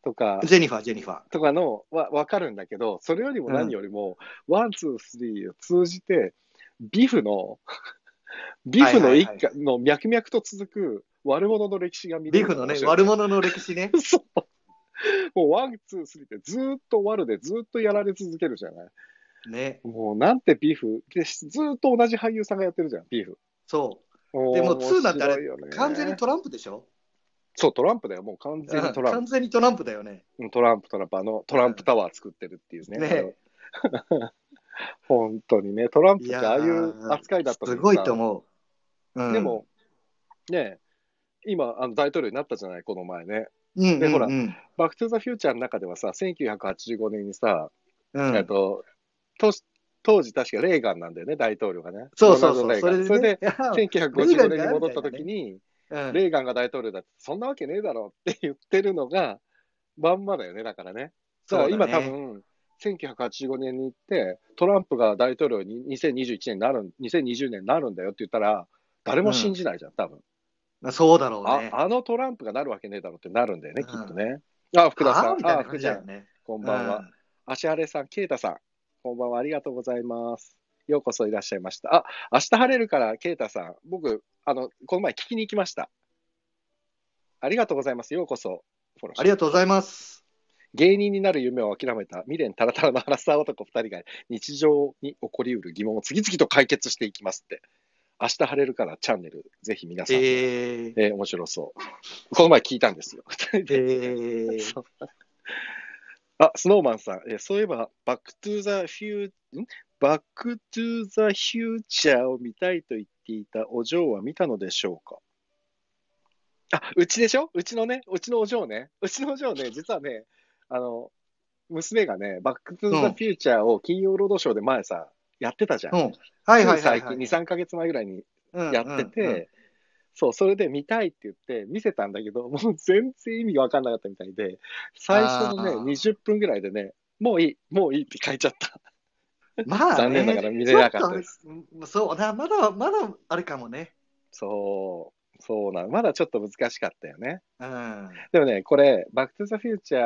[SPEAKER 1] とか、
[SPEAKER 4] ジェニファー、ジェニファー。
[SPEAKER 1] とかのは分かるんだけど、それよりも何よりも、ワン、ツー、スリーを通じて、ビフの、 ビフの一家の脈々と続く悪者の歴史が見れ
[SPEAKER 4] ビ
[SPEAKER 1] る
[SPEAKER 4] フのね、
[SPEAKER 1] 面白い
[SPEAKER 4] 悪 者の歴史ね。
[SPEAKER 1] そう。もうワン、ツー、スリーってずーっと悪でずーっとやられ続けるじゃない。
[SPEAKER 4] ね。
[SPEAKER 1] もうなんてビフで、ずーっと同じ俳優さんがやってるじゃん、ビフ。
[SPEAKER 4] そ
[SPEAKER 1] おー
[SPEAKER 4] でも2なんてあ
[SPEAKER 1] 面
[SPEAKER 4] れ
[SPEAKER 1] 白いよね
[SPEAKER 4] う。完全にトランプでしょ
[SPEAKER 1] そう、トランプだよ。もう完全にトラン
[SPEAKER 4] 完全にトランプだよね。
[SPEAKER 1] プ。トランプ、トランプ。あの、トランプタワー作ってるっていうね。
[SPEAKER 4] ね
[SPEAKER 1] 本当にね、トランプっ
[SPEAKER 4] い
[SPEAKER 1] て
[SPEAKER 4] や
[SPEAKER 1] ああいう扱いだった
[SPEAKER 4] すごいと
[SPEAKER 1] と思
[SPEAKER 4] 思う。うん
[SPEAKER 1] で、も、ねえ、今、あの大統領になったじゃない、この前ね。
[SPEAKER 4] うんうんうん、
[SPEAKER 1] でほらバック・トゥ・ザ・フューチャーの中ではさ、1985年にさ、
[SPEAKER 4] うん
[SPEAKER 1] えっと当時当時確かレーガンなんだよね、大統領がね。
[SPEAKER 4] そうそう
[SPEAKER 1] ロ
[SPEAKER 4] そ う。
[SPEAKER 1] ナルドレーガン
[SPEAKER 4] そ
[SPEAKER 1] そ
[SPEAKER 4] れ
[SPEAKER 1] れ
[SPEAKER 4] で
[SPEAKER 1] で、
[SPEAKER 4] ね、
[SPEAKER 1] 1955年に戻った時に、
[SPEAKER 4] うん
[SPEAKER 1] レーガンが大統領だって、そんなわけねえだろって言ってるのが、まんまだよね、だからね。だから今多分、1985年に行って、トランプが大統領に2021年になるん、2020年になるんだよって言ったら、誰も信じないじゃん、多分。
[SPEAKER 4] そうだろう
[SPEAKER 1] あ
[SPEAKER 4] ね。
[SPEAKER 1] あのトランプがなるわけねえだろってなるんだよね、きっとね。あ、福田さ
[SPEAKER 4] あ
[SPEAKER 1] ん。
[SPEAKER 4] みたい
[SPEAKER 1] あ、
[SPEAKER 4] な
[SPEAKER 1] 福
[SPEAKER 4] 感じ
[SPEAKER 1] ちゃ
[SPEAKER 4] だよ
[SPEAKER 1] ん。
[SPEAKER 4] ね。
[SPEAKER 1] こんばんは。足荒れさん、ケイタさん、こんばんは、ありがとうございます。ようこそいらっしゃいました。あ、明日晴れるから、ケイタさん、僕、あの、この前聞きに行きました。ありがとうございます。ようこそ。フォローし
[SPEAKER 4] ありがとうございます。
[SPEAKER 1] 芸人になる夢を諦めた未練たらたらのハラサー男2人が日常に起こりうる疑問を次々と解決していきますって。明日晴れるからチャンネル、ぜひ皆さん、え
[SPEAKER 4] えー、
[SPEAKER 1] ー面白そう。この前聞いたんですよ。2人
[SPEAKER 4] え
[SPEAKER 1] で
[SPEAKER 4] ー、
[SPEAKER 1] そうあ、スノーマンさん、えそういえば、バックトゥザフュー、んバックトゥザフューチャーを見たいと言っていたお嬢は見たのでしょうかあ、うちでしょうちのね、うちのお嬢ね、うちのお嬢ね、実はね、あの、娘がね、バックトゥザフューチャーを金曜ロードショーで前さ、やってたじゃん。
[SPEAKER 4] うん。はいはいはい、
[SPEAKER 1] つい
[SPEAKER 4] はい。
[SPEAKER 1] 最近、2、3ヶ月前ぐらいにやってて、
[SPEAKER 4] うんうんうん
[SPEAKER 1] そう、それで見たいって言って見せたんだけど、もう全然意味わかんなかったみたいで、最初のね、
[SPEAKER 4] あー
[SPEAKER 1] 20分ぐらいでね、もういい、もういいって書いちゃった。
[SPEAKER 4] まあ、ね、
[SPEAKER 1] 残念ながら見れなかったです。
[SPEAKER 4] ちょっとあれ。そうな、まだ、まだあれかもね。
[SPEAKER 1] そう、そうなの。まだちょっと難しかったよね。
[SPEAKER 4] うん。
[SPEAKER 1] でもね、これ、バックトゥザフューチャー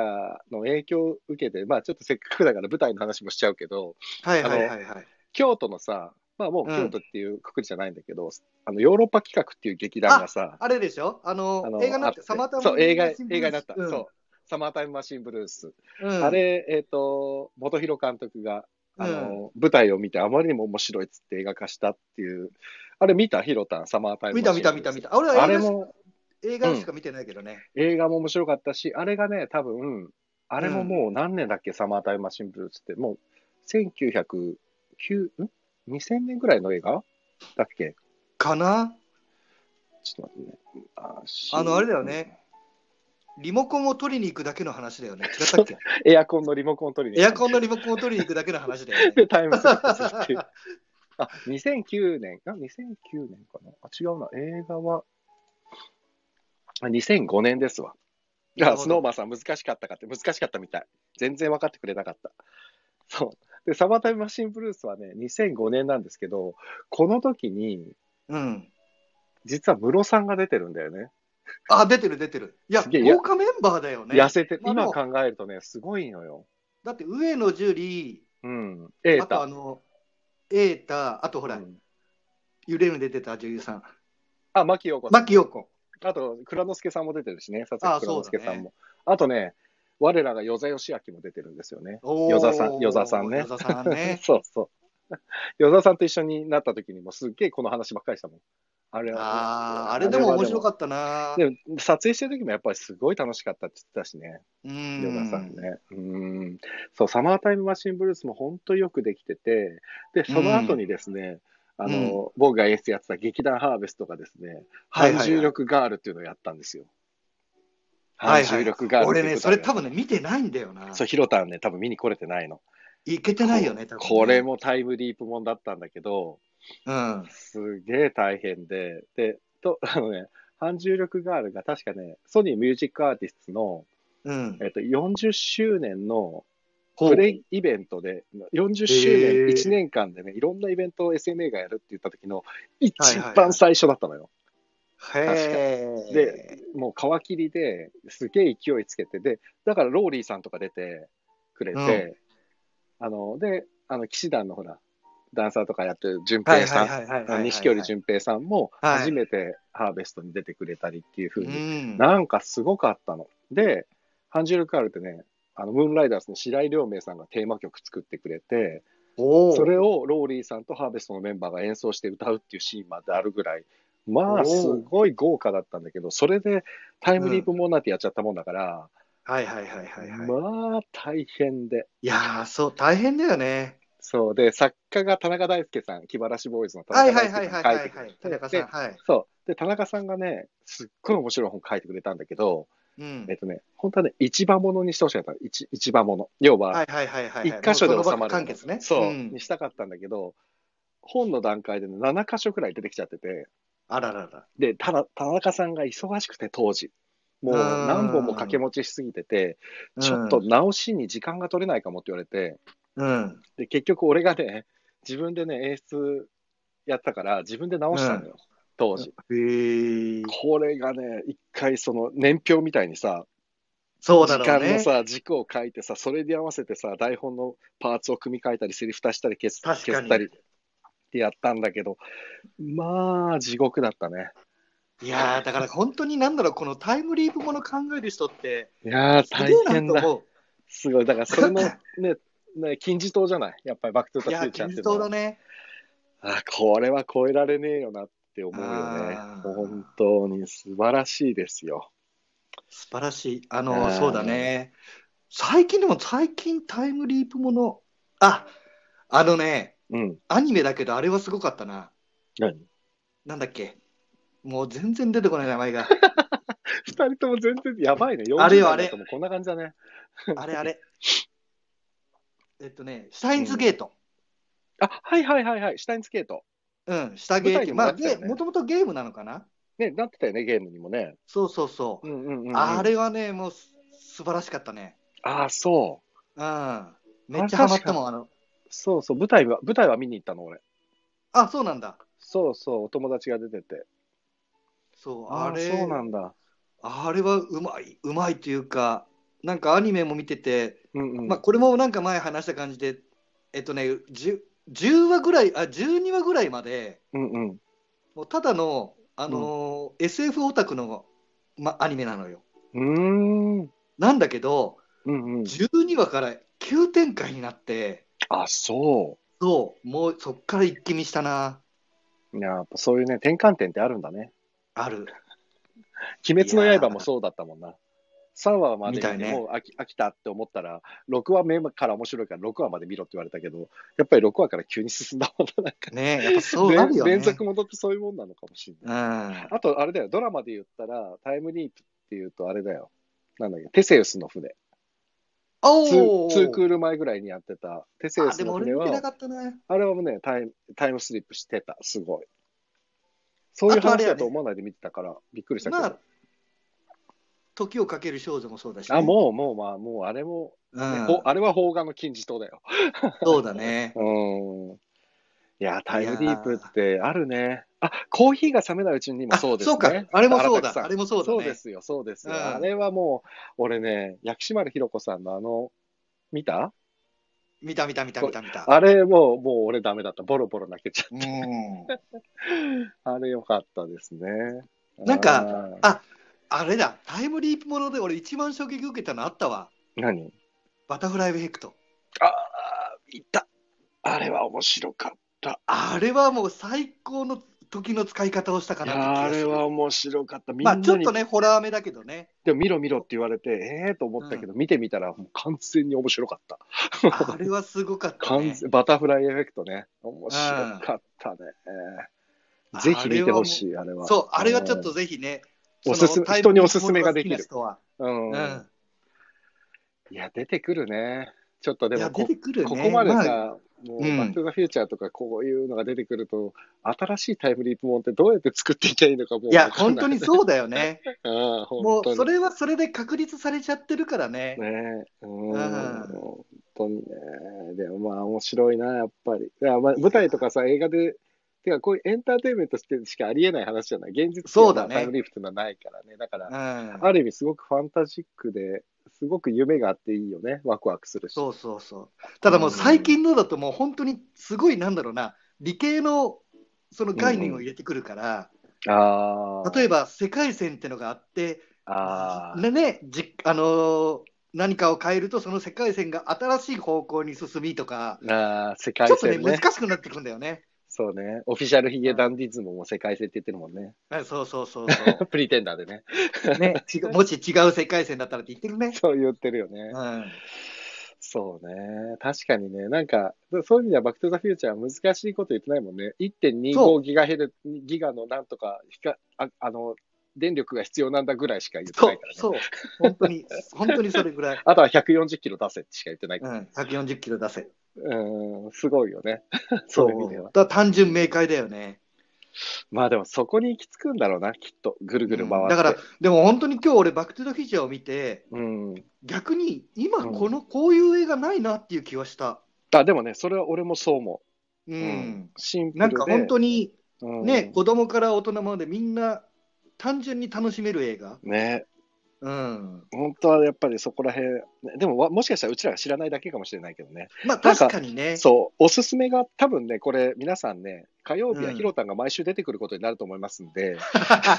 [SPEAKER 1] の影響を受けて、まあちょっとせっかくだから舞台の話もしちゃうけど、
[SPEAKER 4] はいはいはいはい。
[SPEAKER 1] 京都のさ、まあもう
[SPEAKER 4] うん
[SPEAKER 1] 京都っていうくくりじゃないんだけど、あのヨーロッパ企画っていう劇団がさ、
[SPEAKER 4] あれでしょあの
[SPEAKER 1] あの
[SPEAKER 4] 映画になっ
[SPEAKER 1] あ
[SPEAKER 4] て、サマータイム
[SPEAKER 1] そう、映画、
[SPEAKER 4] マ
[SPEAKER 1] 映
[SPEAKER 4] シンブルース
[SPEAKER 1] 画になった。
[SPEAKER 4] うん、
[SPEAKER 1] そう。サマータイムマシンブルース。
[SPEAKER 4] うん。
[SPEAKER 1] あれ、えっ、と、元弘監督が、あ
[SPEAKER 4] うん
[SPEAKER 1] の、舞台を見てあまりにも面白いっつって映画化したっていう、あれ見たヒロタン、サマータイム
[SPEAKER 4] 見た見た見た見
[SPEAKER 1] た。
[SPEAKER 4] た。あ俺は
[SPEAKER 1] あ
[SPEAKER 4] 映
[SPEAKER 1] れ
[SPEAKER 4] 画し
[SPEAKER 1] も、
[SPEAKER 4] 映画しか見てないけどね。
[SPEAKER 1] 映画も面白かったし、あれがね、多分、あれももう何年だっけ、サマータイムマシンブルースって、もう、1909、ん ?2000 年ぐらいの映画だっけ
[SPEAKER 4] かな
[SPEAKER 1] ちょっと待ってね。
[SPEAKER 4] あの、あれだよ。ね。リモコンを取りに行くだけの話だよね。違った っけ
[SPEAKER 1] エアコンのリモコン取りに
[SPEAKER 4] エアコンのリモコンを取りに行くだけの話だよね。
[SPEAKER 1] でタイムスリップするっていう。あ、2009年、あ、2009年かなあ、違うな、映画は、あ2005年ですわ。い
[SPEAKER 4] なる
[SPEAKER 1] や、
[SPEAKER 4] ほど
[SPEAKER 1] スノーマンさん難しかったかって、難しかったみたい。全然分かってくれなかった。そう。で、サマータイムマシンブルースはね、2005年なんですけど、この時に、
[SPEAKER 4] うん。
[SPEAKER 1] 実はムロさんが出てるんだよね。
[SPEAKER 4] あ、出てる出てる。いや、
[SPEAKER 1] すげえや
[SPEAKER 4] 豪華メンバーだよね。
[SPEAKER 1] 痩せて、
[SPEAKER 4] まあで
[SPEAKER 1] 今
[SPEAKER 4] も
[SPEAKER 1] 考えるとね、すごいのよ。
[SPEAKER 4] だって上野樹里、
[SPEAKER 1] うん。エー
[SPEAKER 4] あと
[SPEAKER 1] タ。
[SPEAKER 4] あの、瑛太、あとほら、
[SPEAKER 1] うん
[SPEAKER 4] 揺れる出てた女優さん、
[SPEAKER 1] あ、牧陽子さん。
[SPEAKER 4] 牧陽子。
[SPEAKER 1] あと、蔵之介さんも出てるしね、佐々
[SPEAKER 4] ああ
[SPEAKER 1] 木蔵之介さん
[SPEAKER 4] そうだ
[SPEAKER 1] も。あとね、我らが与座義明も出てるんですよね。
[SPEAKER 4] おー
[SPEAKER 1] 与座さん与座さんね
[SPEAKER 4] 与座さん ね。
[SPEAKER 1] そうそう。与座さんと一緒になった時にもすっげえこの話ばっかりしたもん。あれは、
[SPEAKER 4] ああ、あれでも面白か
[SPEAKER 1] っ
[SPEAKER 4] ったな。
[SPEAKER 1] でも撮影してる時もやっぱりすごい楽しかったって言ってたしね、
[SPEAKER 4] うん
[SPEAKER 1] 与座さんね。うん。そう、サマータイムマシンブルースも本当よくできてて、で、その後にですね、あの、僕が演出やってた劇団ハーベストがですね、
[SPEAKER 4] は
[SPEAKER 1] 反
[SPEAKER 4] いはいはい
[SPEAKER 1] 重力ガールっていうのをやったんですよ。
[SPEAKER 4] はいはい
[SPEAKER 1] 反重力ガールって
[SPEAKER 4] 俺
[SPEAKER 1] いう
[SPEAKER 4] ね、
[SPEAKER 1] 舞台を
[SPEAKER 4] それ多分ね、見てないんだよな。
[SPEAKER 1] そう、ヒロタンね、多分見に来れてないの。
[SPEAKER 4] いけてないよね、多分ね
[SPEAKER 1] これ。もタイムリープもんだったんだけど、
[SPEAKER 4] うん。
[SPEAKER 1] すげえ大変で、で、と、あのね、反重力ガールが確かね、ソニーミュージックアーティストの、
[SPEAKER 4] うん
[SPEAKER 1] え。っと、40周年の
[SPEAKER 4] ほう
[SPEAKER 1] プレイイベントで、40周
[SPEAKER 4] へえ
[SPEAKER 1] 年、1年間でね、いろんなイベントを SMA がやるって言った時の、一
[SPEAKER 4] はいはいは
[SPEAKER 1] 番
[SPEAKER 4] い
[SPEAKER 1] 最初だったのよ。
[SPEAKER 4] へー
[SPEAKER 1] で、もう皮切りですげえ勢いつけて、で、だからローリーさんとか出てくれて、あの、で、あの、騎士団のほら、ダンサーとかやってる淳
[SPEAKER 4] はい
[SPEAKER 1] 平
[SPEAKER 4] は
[SPEAKER 1] さ
[SPEAKER 4] い
[SPEAKER 1] ん、
[SPEAKER 4] はいはいはい
[SPEAKER 1] あ
[SPEAKER 4] はい。
[SPEAKER 1] の錦織淳平さんも
[SPEAKER 4] はい
[SPEAKER 1] 初めてハーベストに出てくれたりっていう風に、
[SPEAKER 4] うん。
[SPEAKER 1] なんかすごかったの。で、ハンジュルカールってね、あの、ムーンライダーズの白井亮明さんがテーマ曲作ってくれて、
[SPEAKER 4] おお。
[SPEAKER 1] それをローリーさんとハーベストのメンバーが演奏して歌うっていうシーンまであるぐらい、ま
[SPEAKER 4] お
[SPEAKER 1] あ、
[SPEAKER 4] ー
[SPEAKER 1] すごい豪華だったんだけど、それでタイムリープもんなんてやっちゃったもんだから、
[SPEAKER 4] はいはいはいはいはい。
[SPEAKER 1] まあ、大変で。
[SPEAKER 4] いやー、そう、大変だよね。
[SPEAKER 1] そうで、作家が田中大輔さん、気晴らしボーイズの田
[SPEAKER 4] はい
[SPEAKER 1] 中
[SPEAKER 4] は
[SPEAKER 1] 大
[SPEAKER 4] い
[SPEAKER 1] 輔
[SPEAKER 4] はい
[SPEAKER 1] さん
[SPEAKER 4] はい
[SPEAKER 1] が書
[SPEAKER 4] は
[SPEAKER 1] いて
[SPEAKER 4] い
[SPEAKER 1] く
[SPEAKER 4] は
[SPEAKER 1] れ
[SPEAKER 4] い。田中さん、はい。
[SPEAKER 1] そう。で、田中さんがね、すっごい面白い本書いてくれたんだけど、
[SPEAKER 4] うん
[SPEAKER 1] えっ。とね、本当はね、一番ものにしてほしかったの。一一番もの。要は、
[SPEAKER 4] はいはいはいはい。
[SPEAKER 1] 一箇所で収ま
[SPEAKER 4] もうその場
[SPEAKER 1] る。
[SPEAKER 4] 完結ね。
[SPEAKER 1] そう、
[SPEAKER 4] ん
[SPEAKER 1] にしたかったんだけど、本の段階でね、7箇所くらい出てきちゃってて、
[SPEAKER 4] あららら。
[SPEAKER 1] で、ただ、田中さんが忙しくて、当時。もう
[SPEAKER 4] うん
[SPEAKER 1] 何本も掛け持ちしすぎてて、
[SPEAKER 4] うん
[SPEAKER 1] ちょっと直しに時間が取れないかもって言われて、
[SPEAKER 4] うん。
[SPEAKER 1] で、結局俺がね、自分でね、演出やったから、自分で直したのよ、当時。
[SPEAKER 4] へえ。
[SPEAKER 1] これがね、一回その年表みたいにさ、
[SPEAKER 4] そうだ
[SPEAKER 1] 時
[SPEAKER 4] ろ
[SPEAKER 1] 間
[SPEAKER 4] うね
[SPEAKER 1] の。さ、軸を書いてさ、それに合わせてさ、台本のパーツを組み替えたり、セリフ足したり消す
[SPEAKER 4] 確かに
[SPEAKER 1] 消したりってやったんだけど、まあ、地獄だったね。
[SPEAKER 4] いやー、だから本当になんだろう、このタイムリープもの考える人って、
[SPEAKER 1] いやー、
[SPEAKER 4] す
[SPEAKER 1] 大
[SPEAKER 4] げえな
[SPEAKER 1] 変
[SPEAKER 4] と
[SPEAKER 1] だ。
[SPEAKER 4] 思う。
[SPEAKER 1] すごい。だから、それのね、 ね、金字塔じゃないやっぱりバックトゥー
[SPEAKER 4] い
[SPEAKER 1] ザ
[SPEAKER 4] や
[SPEAKER 1] フュ
[SPEAKER 4] ー、
[SPEAKER 1] ーチャー
[SPEAKER 4] 金
[SPEAKER 1] ってい
[SPEAKER 4] 字
[SPEAKER 1] うの
[SPEAKER 4] 塔
[SPEAKER 1] は
[SPEAKER 4] だ。ね。
[SPEAKER 1] あ、これは超えられねえよなって思うよね
[SPEAKER 4] あ。ー
[SPEAKER 1] 本当に素晴らしいですよ。
[SPEAKER 4] 素晴らしい。あ
[SPEAKER 1] あ
[SPEAKER 4] の、
[SPEAKER 1] ー
[SPEAKER 4] そうだね。最近でも、最近タイムリープもの、あ、あのね、
[SPEAKER 1] うん。
[SPEAKER 4] アニメだけど、あれはすごかったな。
[SPEAKER 1] 何
[SPEAKER 4] なんだっけ。もう全然出てこない名前が。
[SPEAKER 1] 二人とも全然やばいね。
[SPEAKER 4] あれよ
[SPEAKER 1] 40
[SPEAKER 4] あれ
[SPEAKER 1] 代だともうこんな感じだね。
[SPEAKER 4] あれ あれ。えっとね、シュタインズゲート。
[SPEAKER 1] あ、はいはいはいはい。シュタインスケート。
[SPEAKER 4] うん、下ゲ
[SPEAKER 1] 舞台
[SPEAKER 4] ー
[SPEAKER 1] に
[SPEAKER 4] ム。
[SPEAKER 1] もな
[SPEAKER 4] ま
[SPEAKER 1] っ
[SPEAKER 4] あ、
[SPEAKER 1] てたよね
[SPEAKER 4] で、もともとゲームなのかな
[SPEAKER 1] ね、なってたよね、ゲームにもね。
[SPEAKER 4] そうそうそうう。
[SPEAKER 1] んうんうんうん、
[SPEAKER 4] あれはね、もうす素晴らしかったね。
[SPEAKER 1] ああ、そう。
[SPEAKER 4] うん。めっちゃハマったもん、あの。
[SPEAKER 1] そうそう、舞台は、舞台は見に行ったの、俺。
[SPEAKER 4] あ、そうなんだ。
[SPEAKER 1] そうそう、お友達が出てて。
[SPEAKER 4] そう、
[SPEAKER 1] あ
[SPEAKER 4] あ
[SPEAKER 1] あ、
[SPEAKER 4] れ。
[SPEAKER 1] そうなんだ。
[SPEAKER 4] あれはうまい、うまいというか、なんかアニメも見てて、
[SPEAKER 1] うんうん。
[SPEAKER 4] まあ、これもなんか前話した感じで、えっとね、10, 10話ぐらい、あ、12話ぐらいまで、
[SPEAKER 1] うんうん。
[SPEAKER 4] もうただの、あのー SF オタクの、ま、アニメなのよ。
[SPEAKER 1] うーん。
[SPEAKER 4] なんだけど、
[SPEAKER 1] うんうん。
[SPEAKER 4] 12話から急展開になって、
[SPEAKER 1] あ、そ
[SPEAKER 4] そう、もうそっから一気見したな、
[SPEAKER 1] う。いややっぱそういうね、転換点ってあるんだね。
[SPEAKER 4] ある。
[SPEAKER 1] 鬼滅の刃もそうだったもんな。3話まで
[SPEAKER 4] みたい
[SPEAKER 1] に
[SPEAKER 4] ね
[SPEAKER 1] もう飽き,、飽きたって思ったら、6話目から面白いから6話まで見ろって言われたけど、やっぱり6話から急に進んだもんな。なんか
[SPEAKER 4] ねやっぱそうなるよね。
[SPEAKER 1] 連連続ものってそういうもんなのかもしれない。
[SPEAKER 4] うん。あ
[SPEAKER 1] あと、あれだよ、ドラマで言ったら、タイムリープっていうと、あれだよ、なんだっけ、テセウスの船。ツー
[SPEAKER 4] お
[SPEAKER 1] ツークール前ぐらいにやってた、テセウ
[SPEAKER 4] あ、
[SPEAKER 1] ス
[SPEAKER 4] で
[SPEAKER 1] の
[SPEAKER 4] も俺
[SPEAKER 1] 船
[SPEAKER 4] 見てな
[SPEAKER 1] は、
[SPEAKER 4] かったな。
[SPEAKER 1] あれはもうねタイム、タイムスリップしてた、すごい。そういう
[SPEAKER 4] あとあ
[SPEAKER 1] 話
[SPEAKER 4] れやね
[SPEAKER 1] だと思わないで見てたから、びっくりしたけど。
[SPEAKER 4] まあ、時をかける少女もそうだし、
[SPEAKER 1] あ、もう、もう、まあ、もう、あれも、
[SPEAKER 4] う、
[SPEAKER 1] ね
[SPEAKER 4] ん、
[SPEAKER 1] ほあれは邦画の金字塔だよ。
[SPEAKER 4] そうだね。
[SPEAKER 1] うん。いや、タイムリープってあるね。あ、コーヒーが冷めないうちにも
[SPEAKER 4] あ、
[SPEAKER 1] そうですね。
[SPEAKER 4] そうか、あれもそう
[SPEAKER 1] 荒
[SPEAKER 4] だ
[SPEAKER 1] 滝さ、ん
[SPEAKER 4] あれもそうだね。
[SPEAKER 1] そうですよ、そうですよ。
[SPEAKER 4] うん
[SPEAKER 1] あれはもう、俺ね、薬師丸ひろ子さんのあの、見た
[SPEAKER 4] 見た見た見た見た見た。
[SPEAKER 1] あれもう、もう俺ダメだった。ボロボロ泣けちゃ
[SPEAKER 4] うん、
[SPEAKER 1] う。あれよかったですね。
[SPEAKER 4] なんか
[SPEAKER 1] あー、
[SPEAKER 4] あれだ、タイムリープもので俺一番衝撃受けたのあったわ。
[SPEAKER 1] 何
[SPEAKER 4] バタフライエフェクト。
[SPEAKER 1] ああ、いた。あれは面白かっ
[SPEAKER 4] あれはもう最高の時の使い方をした
[SPEAKER 1] た。
[SPEAKER 4] か
[SPEAKER 1] いやー、あ
[SPEAKER 4] なって気が
[SPEAKER 1] れ
[SPEAKER 4] する。
[SPEAKER 1] は面白かった。みんな
[SPEAKER 4] まあ
[SPEAKER 1] に、
[SPEAKER 4] ちょっとね、ホラー目だけどね。
[SPEAKER 1] でも見ろ見ろって言われて、ええー、と思ったけど、見てみたらもう完全に面白かった。
[SPEAKER 4] あれはすごかった、
[SPEAKER 1] 完
[SPEAKER 4] ね。
[SPEAKER 1] 全バタフライエフェクトね。面白かったね。
[SPEAKER 4] うん
[SPEAKER 1] ぜひ見てほしい、あれは。
[SPEAKER 4] そう、あれはちょっとぜひね、
[SPEAKER 1] おすすめ
[SPEAKER 4] その
[SPEAKER 1] 人におすすめができる
[SPEAKER 4] タイムリープも
[SPEAKER 1] うん。
[SPEAKER 4] のが好きな人は。
[SPEAKER 1] いや、出てくるね。ちょっと
[SPEAKER 4] う
[SPEAKER 1] で
[SPEAKER 4] ん。いや、
[SPEAKER 1] も
[SPEAKER 4] 出
[SPEAKER 1] こ、
[SPEAKER 4] てくるよね。
[SPEAKER 1] ここまでさ、
[SPEAKER 4] あ
[SPEAKER 1] もう、
[SPEAKER 4] うん
[SPEAKER 1] バック・ザ・フューチャーとかこういうのが出てくると、新しいタイムリープもんってどうやって作っていけばいいのかもう
[SPEAKER 4] いや、
[SPEAKER 1] わかん
[SPEAKER 4] 本
[SPEAKER 1] な
[SPEAKER 4] 当
[SPEAKER 1] い
[SPEAKER 4] にそうだよね。
[SPEAKER 1] うん、
[SPEAKER 4] も
[SPEAKER 1] 本当
[SPEAKER 4] う
[SPEAKER 1] に。
[SPEAKER 4] それはそれで確立されちゃってるからね。
[SPEAKER 1] ねうん、
[SPEAKER 4] うん
[SPEAKER 1] 本当にね。でもまあ、面白いな、やっぱり。いやまあ、舞台とかさ、映画で、てか、こういうエンターテインメントしてしかありえない話じゃない。現実的
[SPEAKER 4] そう
[SPEAKER 1] な
[SPEAKER 4] だね
[SPEAKER 1] タイムリープっていうのはないからね。だから
[SPEAKER 4] う、ん、
[SPEAKER 1] ある意味すごくファンタジックで、すごく夢があっていいよね。ワクワクするし。
[SPEAKER 4] そうそうそう。ただもう最近のだともう本当にすごいなんだろうな、理系のその概念を入れてくるから、
[SPEAKER 1] ああ。
[SPEAKER 4] 例え
[SPEAKER 1] ば、
[SPEAKER 4] ば世界線ってのがあって、
[SPEAKER 1] ああ。
[SPEAKER 4] ねねじあのー何かを変えるとその世界線が新しい方向に進みとか、
[SPEAKER 1] ああ、世
[SPEAKER 4] ちょ
[SPEAKER 1] 界
[SPEAKER 4] っとね
[SPEAKER 1] 線ね。
[SPEAKER 4] 難しくなってくんだよね。
[SPEAKER 1] そうね。オフィシャルヒゲダンディズムも世界線って言ってるもんね。
[SPEAKER 4] あそうそうそうそ
[SPEAKER 1] プリテンダーでね。
[SPEAKER 4] う。ね、違うもし違う世界線だったらって言ってるね。
[SPEAKER 1] そう言ってるよね。
[SPEAKER 4] うん。
[SPEAKER 1] そうね。確かにね。なんか、そういう意味では、バックトゥザフューチャーは難しいこと言ってないもんね。
[SPEAKER 4] そ
[SPEAKER 1] 1.25ギガヘル、ギガのなんとかひかあ、あの、電力が必要なんだぐらいしか言って
[SPEAKER 4] そ
[SPEAKER 1] な
[SPEAKER 4] う
[SPEAKER 1] いから、ね。
[SPEAKER 4] そう。本当に、本当にそれぐらい。
[SPEAKER 1] あとは140キロ出せってしか言ってない。
[SPEAKER 4] うん、140キロ出せ。
[SPEAKER 1] うん、すごいよ ね。そういう意味では。
[SPEAKER 4] だから単純明快だよね。
[SPEAKER 1] まあでも、そこに行き着くんだろうな、きっと。ぐるぐる回っ
[SPEAKER 4] うん
[SPEAKER 1] て。
[SPEAKER 4] だから、、でも本当に今日俺、バック・トゥ・ザ・フィーチャーを見て、
[SPEAKER 1] うん。
[SPEAKER 4] 逆に今この、こういう映画ないなっていう気はした。
[SPEAKER 1] あ、でもね、それは俺もそう思
[SPEAKER 4] うん。
[SPEAKER 1] う。シンプルで。
[SPEAKER 4] なんか本当に
[SPEAKER 1] うん
[SPEAKER 4] ね、子供から大人までみんな単純に楽しめる映画。
[SPEAKER 1] ね。
[SPEAKER 4] うん。
[SPEAKER 1] 本当はやっぱりそこら辺、ねでもわもしかしたらうちらが知らないだけかもしれないけどね。
[SPEAKER 4] まあ
[SPEAKER 1] なんか
[SPEAKER 4] 確かにね。
[SPEAKER 1] そう、おすすめが多分ね、これ、皆さんね、火曜日は
[SPEAKER 4] うん
[SPEAKER 1] ひろたんが毎週出てくることになると思いますんで、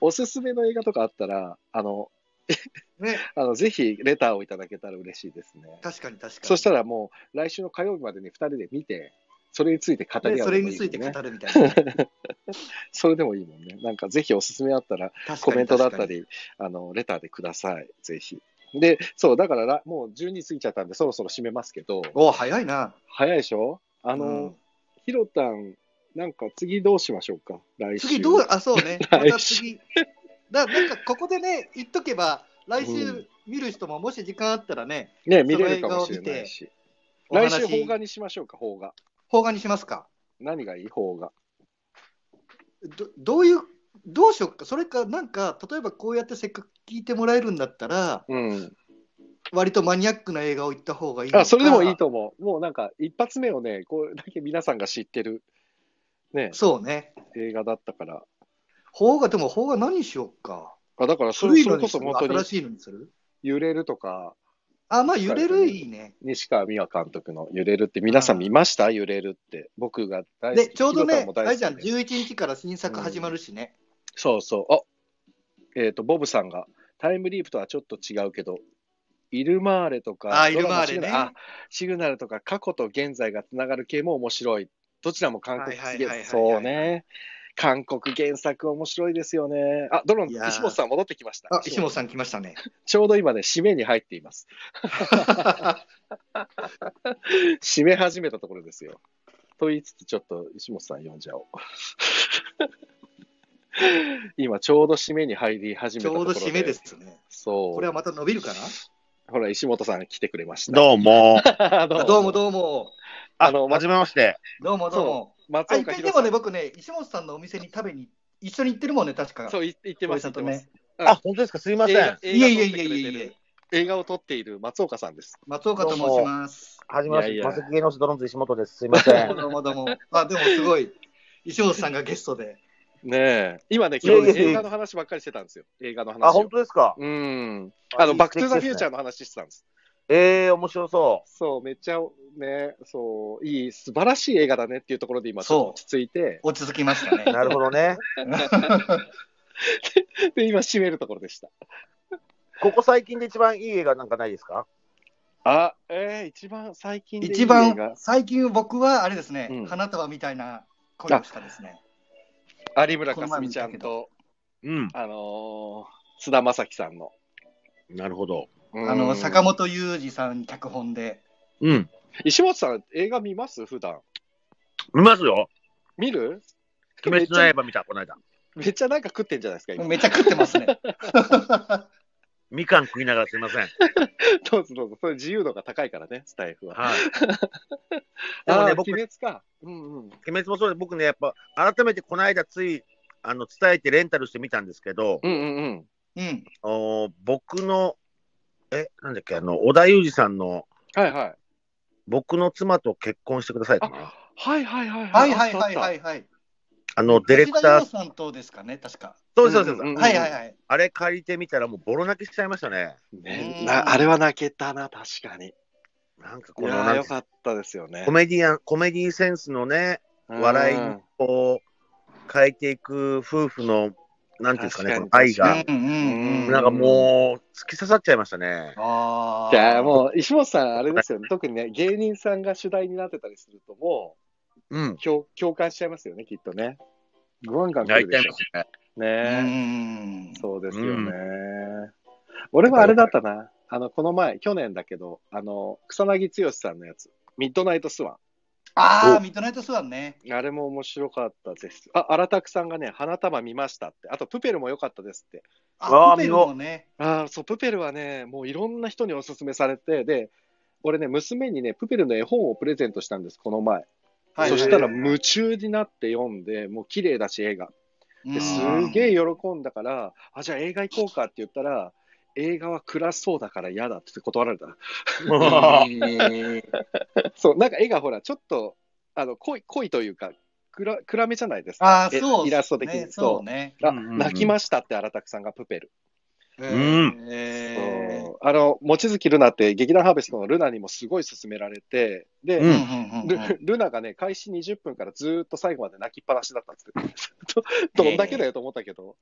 [SPEAKER 1] おすすめの映画とかあったら、あの、
[SPEAKER 4] ね、
[SPEAKER 1] あのぜひレターをいただけたら嬉しいですね。
[SPEAKER 4] 確かに確かに。
[SPEAKER 1] そしたらもう、来週の火曜日までに2人で見て、それについて語り
[SPEAKER 4] ね
[SPEAKER 1] 合う
[SPEAKER 4] そ
[SPEAKER 1] のも
[SPEAKER 4] れ
[SPEAKER 1] もん
[SPEAKER 4] について
[SPEAKER 1] ね。
[SPEAKER 4] 語るみた いな。確か
[SPEAKER 1] それでもいいもんね。なんかぜひおすすめあったら、
[SPEAKER 4] に
[SPEAKER 1] コメントだった
[SPEAKER 4] 確かに
[SPEAKER 1] り、あのレターでください、ぜひ。で、そう、だかららもう12時過ぎちゃったんで、そろそろ締めますけど、
[SPEAKER 4] お早いな。
[SPEAKER 1] 早いでしょあ
[SPEAKER 4] あ
[SPEAKER 1] の、ひろたん、なんか次どうしましょうか、来週。
[SPEAKER 4] 次どう、あ、そう ね。ま
[SPEAKER 1] 来週
[SPEAKER 4] た次。だなんかここでね、言っとけば、来
[SPEAKER 1] う
[SPEAKER 4] 週
[SPEAKER 1] ん
[SPEAKER 4] 見る人ももし時間あったらね、
[SPEAKER 1] ね、見れるかもしれないし。
[SPEAKER 4] お
[SPEAKER 1] 来
[SPEAKER 4] 話
[SPEAKER 1] 週、邦画にしましょうか、邦画。
[SPEAKER 4] 邦画にしますか。
[SPEAKER 1] 何がいい邦画。
[SPEAKER 4] どどういう、どうしようか。それか、なんか、例えばこうやってせっかく聞いてもらえるんだったら、
[SPEAKER 1] うん。
[SPEAKER 4] 割とマニアックな映画を言った方がいいのか
[SPEAKER 1] あ、それでもいいと思う。もうなんか、一発目をね、これだけ皆さんが知ってる、ね、
[SPEAKER 4] そうね。
[SPEAKER 1] 映画だったから。
[SPEAKER 4] 邦画、でも邦画何しようか。
[SPEAKER 1] あだからそ
[SPEAKER 4] 古
[SPEAKER 1] れ、
[SPEAKER 4] い
[SPEAKER 1] そ
[SPEAKER 4] の
[SPEAKER 1] れ
[SPEAKER 4] に
[SPEAKER 1] こ
[SPEAKER 4] す
[SPEAKER 1] そ
[SPEAKER 4] る
[SPEAKER 1] 本当に
[SPEAKER 4] 新、しいのにする
[SPEAKER 1] 揺れるとか、
[SPEAKER 4] あ、まあ、揺れるいいね。
[SPEAKER 1] 西川美和監督の揺れるって、皆さん見ました揺れるって。僕が大好き
[SPEAKER 4] で、ちょうど
[SPEAKER 1] ひろた
[SPEAKER 4] ね
[SPEAKER 1] んも、大
[SPEAKER 4] あ
[SPEAKER 1] 好き
[SPEAKER 4] れじ
[SPEAKER 1] で
[SPEAKER 4] ゃん、11日から新作始まるしね。
[SPEAKER 1] そうそう。あえっ、と、ボブさんが、タイムリープとはちょっと違うけど、イルマーレとか、
[SPEAKER 4] あ
[SPEAKER 1] ドラマ
[SPEAKER 4] イルマーレ
[SPEAKER 1] シグナ
[SPEAKER 4] ね
[SPEAKER 1] ルあシグナルとか、過去と現在がつながる系も面白い。どちらも韓国
[SPEAKER 4] はいはいはいはい
[SPEAKER 1] 原そうね。韓国原作面白いですよね。あ、ドロー
[SPEAKER 4] いやー
[SPEAKER 1] ン、石本さん戻ってきました。
[SPEAKER 4] あ、石本さん来まし たね。
[SPEAKER 1] ちょうど今ね、締めに入っています。締め始めたところですよ。と言いつつ、ちょっと石本さん呼んじゃおう。 今、ちょうど締めに入り始め
[SPEAKER 4] ち
[SPEAKER 1] たとこ
[SPEAKER 4] ょう
[SPEAKER 1] ろ
[SPEAKER 4] ど
[SPEAKER 1] で。
[SPEAKER 4] 締めですね。
[SPEAKER 1] そう。
[SPEAKER 4] これはまた伸びるか
[SPEAKER 1] ほら、石本さん来てくれました。
[SPEAKER 5] どうも。
[SPEAKER 1] う
[SPEAKER 4] などうもどうも。
[SPEAKER 1] あ
[SPEAKER 5] あ
[SPEAKER 1] の
[SPEAKER 5] の、
[SPEAKER 1] ま
[SPEAKER 5] はじめまして。
[SPEAKER 4] どうもどうも。
[SPEAKER 1] 松
[SPEAKER 4] あ、一
[SPEAKER 1] 岡
[SPEAKER 4] 回
[SPEAKER 1] 弘
[SPEAKER 4] で
[SPEAKER 1] さ
[SPEAKER 4] も
[SPEAKER 1] ん。
[SPEAKER 4] ね、僕ね、石本さんのお店に食べに、一緒に行ってるもんね、確か。
[SPEAKER 1] そう、い言ってます。
[SPEAKER 4] さ
[SPEAKER 1] 言
[SPEAKER 4] ん
[SPEAKER 1] って
[SPEAKER 4] と
[SPEAKER 1] ま
[SPEAKER 4] ね
[SPEAKER 1] す。。
[SPEAKER 5] あ、本当ですかすいません。
[SPEAKER 1] 映画
[SPEAKER 5] は
[SPEAKER 1] 映
[SPEAKER 4] い
[SPEAKER 1] 画撮
[SPEAKER 4] えいえ
[SPEAKER 1] って
[SPEAKER 4] い
[SPEAKER 1] くれて
[SPEAKER 4] え
[SPEAKER 1] る
[SPEAKER 4] いえいえ。
[SPEAKER 1] 映画を撮っている松岡さんです。
[SPEAKER 4] 松岡と申します。
[SPEAKER 5] じめまし
[SPEAKER 1] いやい
[SPEAKER 5] て。
[SPEAKER 1] や
[SPEAKER 5] マセキ芸能人ドロンズ石本です。すいませ
[SPEAKER 4] どうも
[SPEAKER 5] ん。
[SPEAKER 4] どうもどうも。あ、でもすごい。石本さんがゲストで。
[SPEAKER 1] ねえ。今ね、今日ね
[SPEAKER 5] いやいやいや
[SPEAKER 1] 映画の話ばっかりしてたんですよ。映画の話を。
[SPEAKER 5] あ、本当ですか
[SPEAKER 1] うん。あの、バックトゥザフューチャ
[SPEAKER 5] ー。
[SPEAKER 1] ーの話してたんです。
[SPEAKER 5] ええー、面白そ
[SPEAKER 1] そう、めっちゃ、ね、そう、いい、素晴らしい映画だねっていうところで今、ちょっと落ち着いて、
[SPEAKER 4] 落ち着きましたね
[SPEAKER 5] う。。なるほどね。
[SPEAKER 1] で、今、締めるところでした。
[SPEAKER 5] ここ最近で一番いい映画なんかないですか
[SPEAKER 1] あ、えー、一番最近でいい
[SPEAKER 4] 一
[SPEAKER 1] 映
[SPEAKER 4] 番
[SPEAKER 1] 画
[SPEAKER 4] 最近僕はあれですね、
[SPEAKER 1] うん
[SPEAKER 4] 花束みたいな恋をしたですね。
[SPEAKER 1] 有村架純ちゃんと、
[SPEAKER 5] うん。
[SPEAKER 1] あのー、菅田将暉さんの。
[SPEAKER 5] なるほど。
[SPEAKER 1] うん
[SPEAKER 4] あの坂本雄二さん脚本で。
[SPEAKER 5] うん。
[SPEAKER 1] 石本さん、映画見ます普段
[SPEAKER 5] 見ますよ。
[SPEAKER 1] 見る
[SPEAKER 5] 鬼滅の刃見た、この間。
[SPEAKER 1] めっちゃなんか食ってんじゃないですか、今。
[SPEAKER 4] めちゃ食ってます ね。
[SPEAKER 5] みかん食いながらすいません。
[SPEAKER 1] どうぞどうぞ、それ自由度が高いからね、スタイフは。
[SPEAKER 5] はい。で
[SPEAKER 1] あ
[SPEAKER 5] も
[SPEAKER 1] あ
[SPEAKER 5] ね、
[SPEAKER 1] ー、
[SPEAKER 5] 僕、
[SPEAKER 1] 鬼
[SPEAKER 5] 鬼
[SPEAKER 1] 滅か。うんうん。
[SPEAKER 5] 滅もそうで、僕ね、やっぱ、改めてこの間、つい、あの、伝えてレンタルしてみたんですけど、
[SPEAKER 1] うんうんうん。
[SPEAKER 4] うん。
[SPEAKER 5] お僕の、え、なんだっけ、あの、織田裕二さんの、
[SPEAKER 1] はいはい。
[SPEAKER 5] 僕の妻と結婚してくださいかな。あ
[SPEAKER 1] はいはいはい
[SPEAKER 4] はいはいはい
[SPEAKER 1] あ
[SPEAKER 4] は
[SPEAKER 1] っ
[SPEAKER 4] いはい。
[SPEAKER 5] の、ディレクタ
[SPEAKER 4] 吉田
[SPEAKER 5] ー、
[SPEAKER 4] 羊さんとですかね、確か。
[SPEAKER 5] そうです、そうです。
[SPEAKER 1] うんうんうん
[SPEAKER 4] はいはいはい。
[SPEAKER 5] あれ借りてみたら、もうボロ泣きしちゃいましたね。
[SPEAKER 1] たあった。
[SPEAKER 4] う
[SPEAKER 1] ね
[SPEAKER 4] ん
[SPEAKER 1] なあれは泣けたな、確かに。
[SPEAKER 5] なんか
[SPEAKER 1] い
[SPEAKER 5] この、
[SPEAKER 1] や
[SPEAKER 5] な
[SPEAKER 1] ー、
[SPEAKER 5] ん
[SPEAKER 1] よ
[SPEAKER 5] か
[SPEAKER 1] かったですよね
[SPEAKER 5] コ。メディアン、コメディセンスのね、笑いに
[SPEAKER 1] うん
[SPEAKER 5] こう、変えていく夫婦の、なんていうんですかね、この
[SPEAKER 1] 確か
[SPEAKER 5] 愛
[SPEAKER 1] に
[SPEAKER 5] が。
[SPEAKER 4] うんうんうん
[SPEAKER 5] なんかもう、突き刺さっちゃいましたね。
[SPEAKER 4] あ
[SPEAKER 1] じゃあ
[SPEAKER 4] あ
[SPEAKER 1] もう、石本さん、あれですよね。特にね、芸人さんが主題になってたりすると、も
[SPEAKER 5] うん
[SPEAKER 1] う。共、共感しちゃいますよね、きっとね。ガンガン
[SPEAKER 5] や
[SPEAKER 1] 来
[SPEAKER 5] り
[SPEAKER 1] る
[SPEAKER 5] た
[SPEAKER 1] で
[SPEAKER 5] い
[SPEAKER 1] し
[SPEAKER 5] ま
[SPEAKER 1] ょ
[SPEAKER 5] す
[SPEAKER 1] ね
[SPEAKER 4] う
[SPEAKER 5] ね。
[SPEAKER 1] え
[SPEAKER 4] ん
[SPEAKER 1] そうですよね。
[SPEAKER 5] うん
[SPEAKER 1] 俺はあれだったな。あの、この前、去年だけど、あの、草薙剛さんのやつ、ミッドナイトスワ
[SPEAKER 4] ああミッドナイトスワンね
[SPEAKER 1] ン。あれも面白かったです。あ、荒拓さんがね、花束見ましたって。あと、プペルも良かったですって。
[SPEAKER 4] あ
[SPEAKER 5] あー
[SPEAKER 4] プペルもね
[SPEAKER 1] ああ、そう、プペルはね、もういろんな人におすすめされて、で、俺ね、娘にね、プペルの絵本をプレゼントしたんです、この前。
[SPEAKER 4] はい
[SPEAKER 1] そしたら夢中になって読んで、もう綺麗だし、絵が。
[SPEAKER 4] うん
[SPEAKER 1] ですげえ喜んだから、あ、じゃあ映画行こうかって言ったら、映画は暗そうだから嫌だって断られた。 そう、なんか絵がほら、ちょっと、あの、濃い、濃いというか、暗暗めじゃないですか。
[SPEAKER 4] ああそう
[SPEAKER 1] えイラスト的に。
[SPEAKER 4] ねそうね
[SPEAKER 1] あ
[SPEAKER 5] うんうんう ん
[SPEAKER 1] 泣きましたって、荒拓さんがプペル。
[SPEAKER 5] ん
[SPEAKER 4] え
[SPEAKER 1] そうあの、望月ルナって、劇団ハーベストのルナにもすごい勧められて、で、
[SPEAKER 5] う
[SPEAKER 4] ー
[SPEAKER 5] ん
[SPEAKER 1] ルルナがね、開始20分からずーっと最後まで泣きっぱなしだったっつって ど、どんだけだよと思ったけど。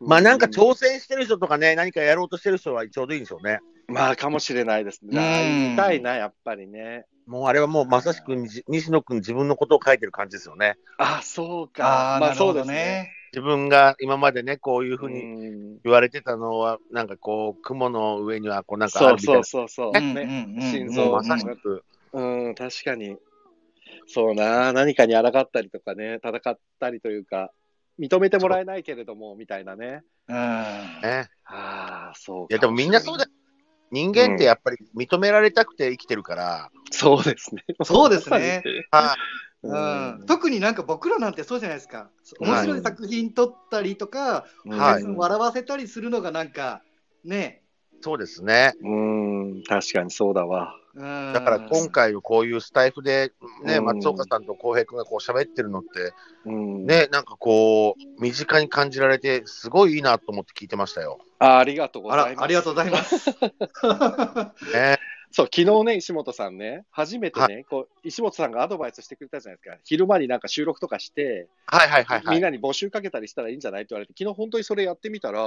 [SPEAKER 5] まあなんか
[SPEAKER 1] う
[SPEAKER 5] 挑戦してる人とかね、何かやろうとしてる人はちょうどいいんでしょうね。
[SPEAKER 1] んまあかもしれないですね。
[SPEAKER 4] うん
[SPEAKER 1] 見たいな、やっぱりね。
[SPEAKER 5] もうあれはもうまさしくに西野君自分のことを書いてる感じですよね。
[SPEAKER 1] あ、そうか。
[SPEAKER 4] あ
[SPEAKER 1] ま
[SPEAKER 4] あな
[SPEAKER 1] あ
[SPEAKER 4] る
[SPEAKER 1] そ
[SPEAKER 4] ほ
[SPEAKER 1] うで
[SPEAKER 4] ど
[SPEAKER 1] すね。
[SPEAKER 4] ね
[SPEAKER 5] 自分が今までね、こういうふうに
[SPEAKER 1] うん
[SPEAKER 5] 言われてたのは、なんかこう、雲の上にはこうなんかあ
[SPEAKER 1] そ
[SPEAKER 5] る
[SPEAKER 1] う
[SPEAKER 5] みたい
[SPEAKER 1] そ
[SPEAKER 5] な
[SPEAKER 1] う。そうそう。
[SPEAKER 4] うん
[SPEAKER 1] ね
[SPEAKER 4] うんう
[SPEAKER 1] 心
[SPEAKER 4] ん
[SPEAKER 5] も
[SPEAKER 1] 臓
[SPEAKER 5] うまさしく。
[SPEAKER 1] うん、確かに。そうな、何かに抗ったりとかね、戦ったりというか、認めてもらえないけれども、みたいなね。
[SPEAKER 4] うん
[SPEAKER 5] ね、
[SPEAKER 1] ああ、そう
[SPEAKER 5] い
[SPEAKER 1] か
[SPEAKER 5] や、でもみんなそうだ。人間ってやっぱり認められたくて生きてるから。
[SPEAKER 1] そうですね。
[SPEAKER 4] そうですね。
[SPEAKER 5] は
[SPEAKER 4] うん特になんか僕らなんてそうじゃないですか。面白い作品撮ったいとか、
[SPEAKER 5] はい
[SPEAKER 4] お客さんを笑わせたりするのがなんか、ね。
[SPEAKER 5] い、そうですね。
[SPEAKER 1] うん、確かにそうだわ。
[SPEAKER 5] だ
[SPEAKER 4] だ
[SPEAKER 5] から今、回のこういうスタイフで、ね、
[SPEAKER 1] うん
[SPEAKER 5] 松岡さんと浩平君がこう喋ってるのって、
[SPEAKER 1] うん、
[SPEAKER 5] ね、なんかこう、身近に感じられて、すごいいいなと思って聞いてましたよ。
[SPEAKER 1] あ。ありがとうご
[SPEAKER 4] あ
[SPEAKER 1] ざい
[SPEAKER 4] ら、
[SPEAKER 1] ます。
[SPEAKER 4] ありがとうござい ます。
[SPEAKER 5] ね、
[SPEAKER 1] そう、昨日ね、石本さんね、初めてね、こう、石本さんがアドバイスしてくれたじゃないですか。昼間になんか収録とかして、
[SPEAKER 5] はいはいはいは
[SPEAKER 1] み
[SPEAKER 5] い
[SPEAKER 1] ん。なに募集かけたりしたらいいんじゃないって言われて、昨日本当にそれやってみたら、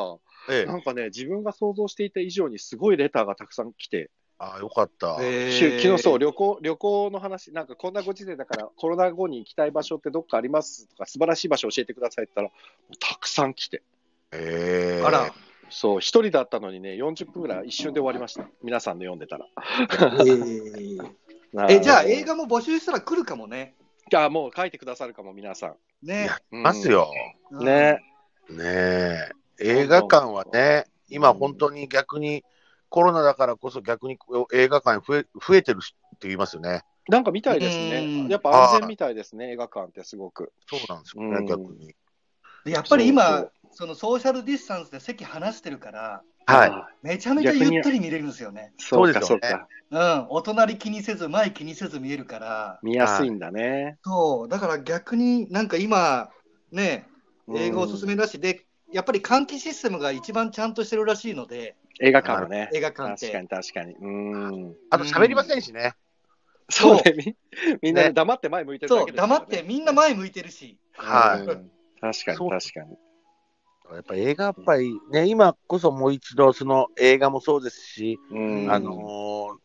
[SPEAKER 5] ええ
[SPEAKER 1] なんかね、自分が想像していた以上にすごいレターがたくさん来て、
[SPEAKER 5] あよかった。
[SPEAKER 1] しゅ昨日そう
[SPEAKER 4] う。
[SPEAKER 1] 旅行、旅行の話、なんかこんなご時世だから、コロナ後に行きたい場所ってどっかありますとか、素晴らしい場所教えてくださいって言ったら、もうたくさん来て、
[SPEAKER 5] ええ
[SPEAKER 4] あら、
[SPEAKER 1] そう、一人だったのにね、40分ぐらい一瞬で終わりました、皆さんの読んでたら。
[SPEAKER 4] え、じゃあ映画も募集したら来るかもね。
[SPEAKER 1] 画もう書いてくださるかも、皆さ
[SPEAKER 5] い
[SPEAKER 4] ね
[SPEAKER 5] や。ますよ。
[SPEAKER 1] ん。ね、
[SPEAKER 5] ねえ。映画館はね、今本当に逆に、コロナだからこそ逆に映画館増え増えてるしって言いますよね。
[SPEAKER 1] なんかみたいです
[SPEAKER 4] うん
[SPEAKER 1] ね。やっぱ安全みたいですね、映画館ってすごく。
[SPEAKER 5] そうなんですよ
[SPEAKER 1] う
[SPEAKER 5] ね、
[SPEAKER 1] ん
[SPEAKER 5] 逆に。
[SPEAKER 4] うん。やっぱり今
[SPEAKER 1] そう、
[SPEAKER 4] そのソーシャルディスタンスで席離してるから、
[SPEAKER 5] はい。
[SPEAKER 1] あ
[SPEAKER 4] めちゃめちゃゆったり見れるんですよね。
[SPEAKER 1] そうか、
[SPEAKER 5] そ
[SPEAKER 1] そうう
[SPEAKER 5] ですよね
[SPEAKER 1] か。
[SPEAKER 4] うん、お隣気にせず、前気にせず見えるから、
[SPEAKER 1] 見やすいんだね。
[SPEAKER 4] そう、だから逆になんか今、ね、英語おすす
[SPEAKER 1] うん
[SPEAKER 4] めだし、で、やっぱり換気システムが一番ちゃんとしてるらしいので、
[SPEAKER 1] 映画館もね。
[SPEAKER 4] 映画館っ
[SPEAKER 1] 確かに確
[SPEAKER 4] て。
[SPEAKER 1] かに。うん。
[SPEAKER 5] あと喋りませんしね。
[SPEAKER 1] そう
[SPEAKER 4] そ
[SPEAKER 1] ね、み みんなね
[SPEAKER 5] ね
[SPEAKER 1] 黙って前向いてるだ
[SPEAKER 4] そ
[SPEAKER 1] け
[SPEAKER 4] う、
[SPEAKER 1] ですから
[SPEAKER 4] 黙
[SPEAKER 1] ね
[SPEAKER 4] ってみんな前向いてるし、
[SPEAKER 5] はい。
[SPEAKER 1] うん確かに
[SPEAKER 5] そう
[SPEAKER 1] 確かに。
[SPEAKER 5] やっぱ映画やっぱりね、今こそもう一度、その映画もそうですし、
[SPEAKER 1] うん
[SPEAKER 5] あの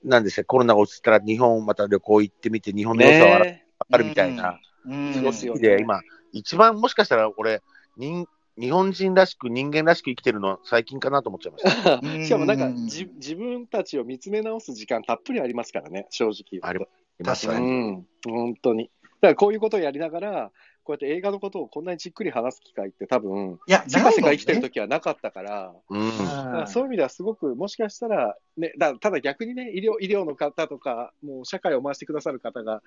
[SPEAKER 5] ー、なんでしたっけコロナが落ち着いたら日本また旅行行ってみて、日本の良さをわ
[SPEAKER 1] ね
[SPEAKER 5] かるみたいな、
[SPEAKER 4] うん
[SPEAKER 1] そうですよ
[SPEAKER 5] 好きで今、一番もしかしたら俺、人日本人らしく人間らしく生きてるのは最近かなと思っちゃいました。
[SPEAKER 4] うん
[SPEAKER 1] しかもなんかじ自分たちを見つめ直す時間たっぷりありますからね、正直言うと
[SPEAKER 5] ありま
[SPEAKER 4] 確か
[SPEAKER 1] う
[SPEAKER 4] に
[SPEAKER 1] ん、本当に。だからこういうことをやりながら、こうやって映画のことをこんなにじっくり話す機会って多分、
[SPEAKER 4] いや、
[SPEAKER 1] せかせか生きてる
[SPEAKER 4] 時
[SPEAKER 1] 時はなかったから、
[SPEAKER 5] うん、
[SPEAKER 1] だからそういう意味ではすごく、もしかしたら、ね、だただ逆にね医療、医療の方とか、もう社会を回してくださる方が、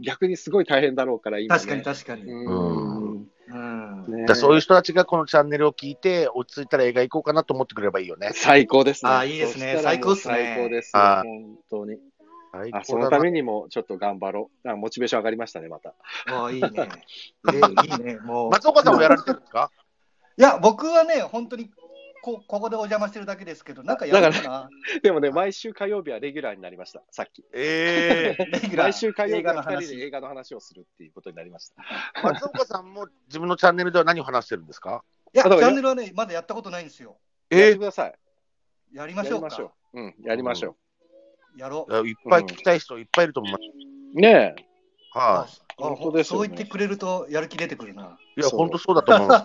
[SPEAKER 1] 逆にすごい大変だろうから、今、ね。
[SPEAKER 4] 確かに確かに。
[SPEAKER 1] うん
[SPEAKER 4] うん
[SPEAKER 1] ね
[SPEAKER 5] だからそういう人たちがこのチャンネルを聞いて、落ち着いたら映画行こうかなと思ってくれればいいよね。
[SPEAKER 1] 最高ですね。
[SPEAKER 4] あーいいです
[SPEAKER 1] そし
[SPEAKER 4] ね
[SPEAKER 1] たらもう
[SPEAKER 4] 最高っすね
[SPEAKER 1] 最高です。
[SPEAKER 5] は
[SPEAKER 1] 本
[SPEAKER 5] い
[SPEAKER 1] 当に。
[SPEAKER 5] 最
[SPEAKER 1] あ、そ
[SPEAKER 5] 高
[SPEAKER 1] の
[SPEAKER 5] だ
[SPEAKER 1] た
[SPEAKER 5] な
[SPEAKER 1] めにもちょっと頑張ろう。あモチベーション上がりましたね、また。
[SPEAKER 4] ああ、いいね。え ーいいね、もう。
[SPEAKER 5] 松岡さんもやられてるんですか
[SPEAKER 4] いや、僕はね、本当にこここでお邪魔してるだけですけど、なんかやるかな、
[SPEAKER 1] でもね、毎週火曜日はレギュラーになりました、さっき。
[SPEAKER 5] ええ
[SPEAKER 4] レギュラー
[SPEAKER 1] 来週火曜
[SPEAKER 4] 映
[SPEAKER 1] 日
[SPEAKER 4] 画の
[SPEAKER 1] は2人で
[SPEAKER 4] 話。
[SPEAKER 1] 映画の話をするっていうことになりました。
[SPEAKER 5] 松岡さんも自分のチャンネルでは何を話してるんですか
[SPEAKER 4] や、
[SPEAKER 1] あ
[SPEAKER 4] チ
[SPEAKER 1] だから
[SPEAKER 4] ャンネルはね、まだやったことないんですよ。
[SPEAKER 1] やっ
[SPEAKER 5] え
[SPEAKER 1] てください。
[SPEAKER 4] やり
[SPEAKER 1] や
[SPEAKER 4] ましょ
[SPEAKER 1] り
[SPEAKER 4] う
[SPEAKER 1] ま
[SPEAKER 4] か。
[SPEAKER 1] しょう。うん、やりましょ
[SPEAKER 4] やろう。
[SPEAKER 5] ーいっぱい聞きたい人いっぱいいると思います。
[SPEAKER 1] う。ねえ。
[SPEAKER 5] は
[SPEAKER 4] あ
[SPEAKER 1] 本当ですよね
[SPEAKER 4] そう言ってくれると、やる気出てくるな。
[SPEAKER 5] い。いや、
[SPEAKER 1] そう
[SPEAKER 5] 本当そうだと思 います。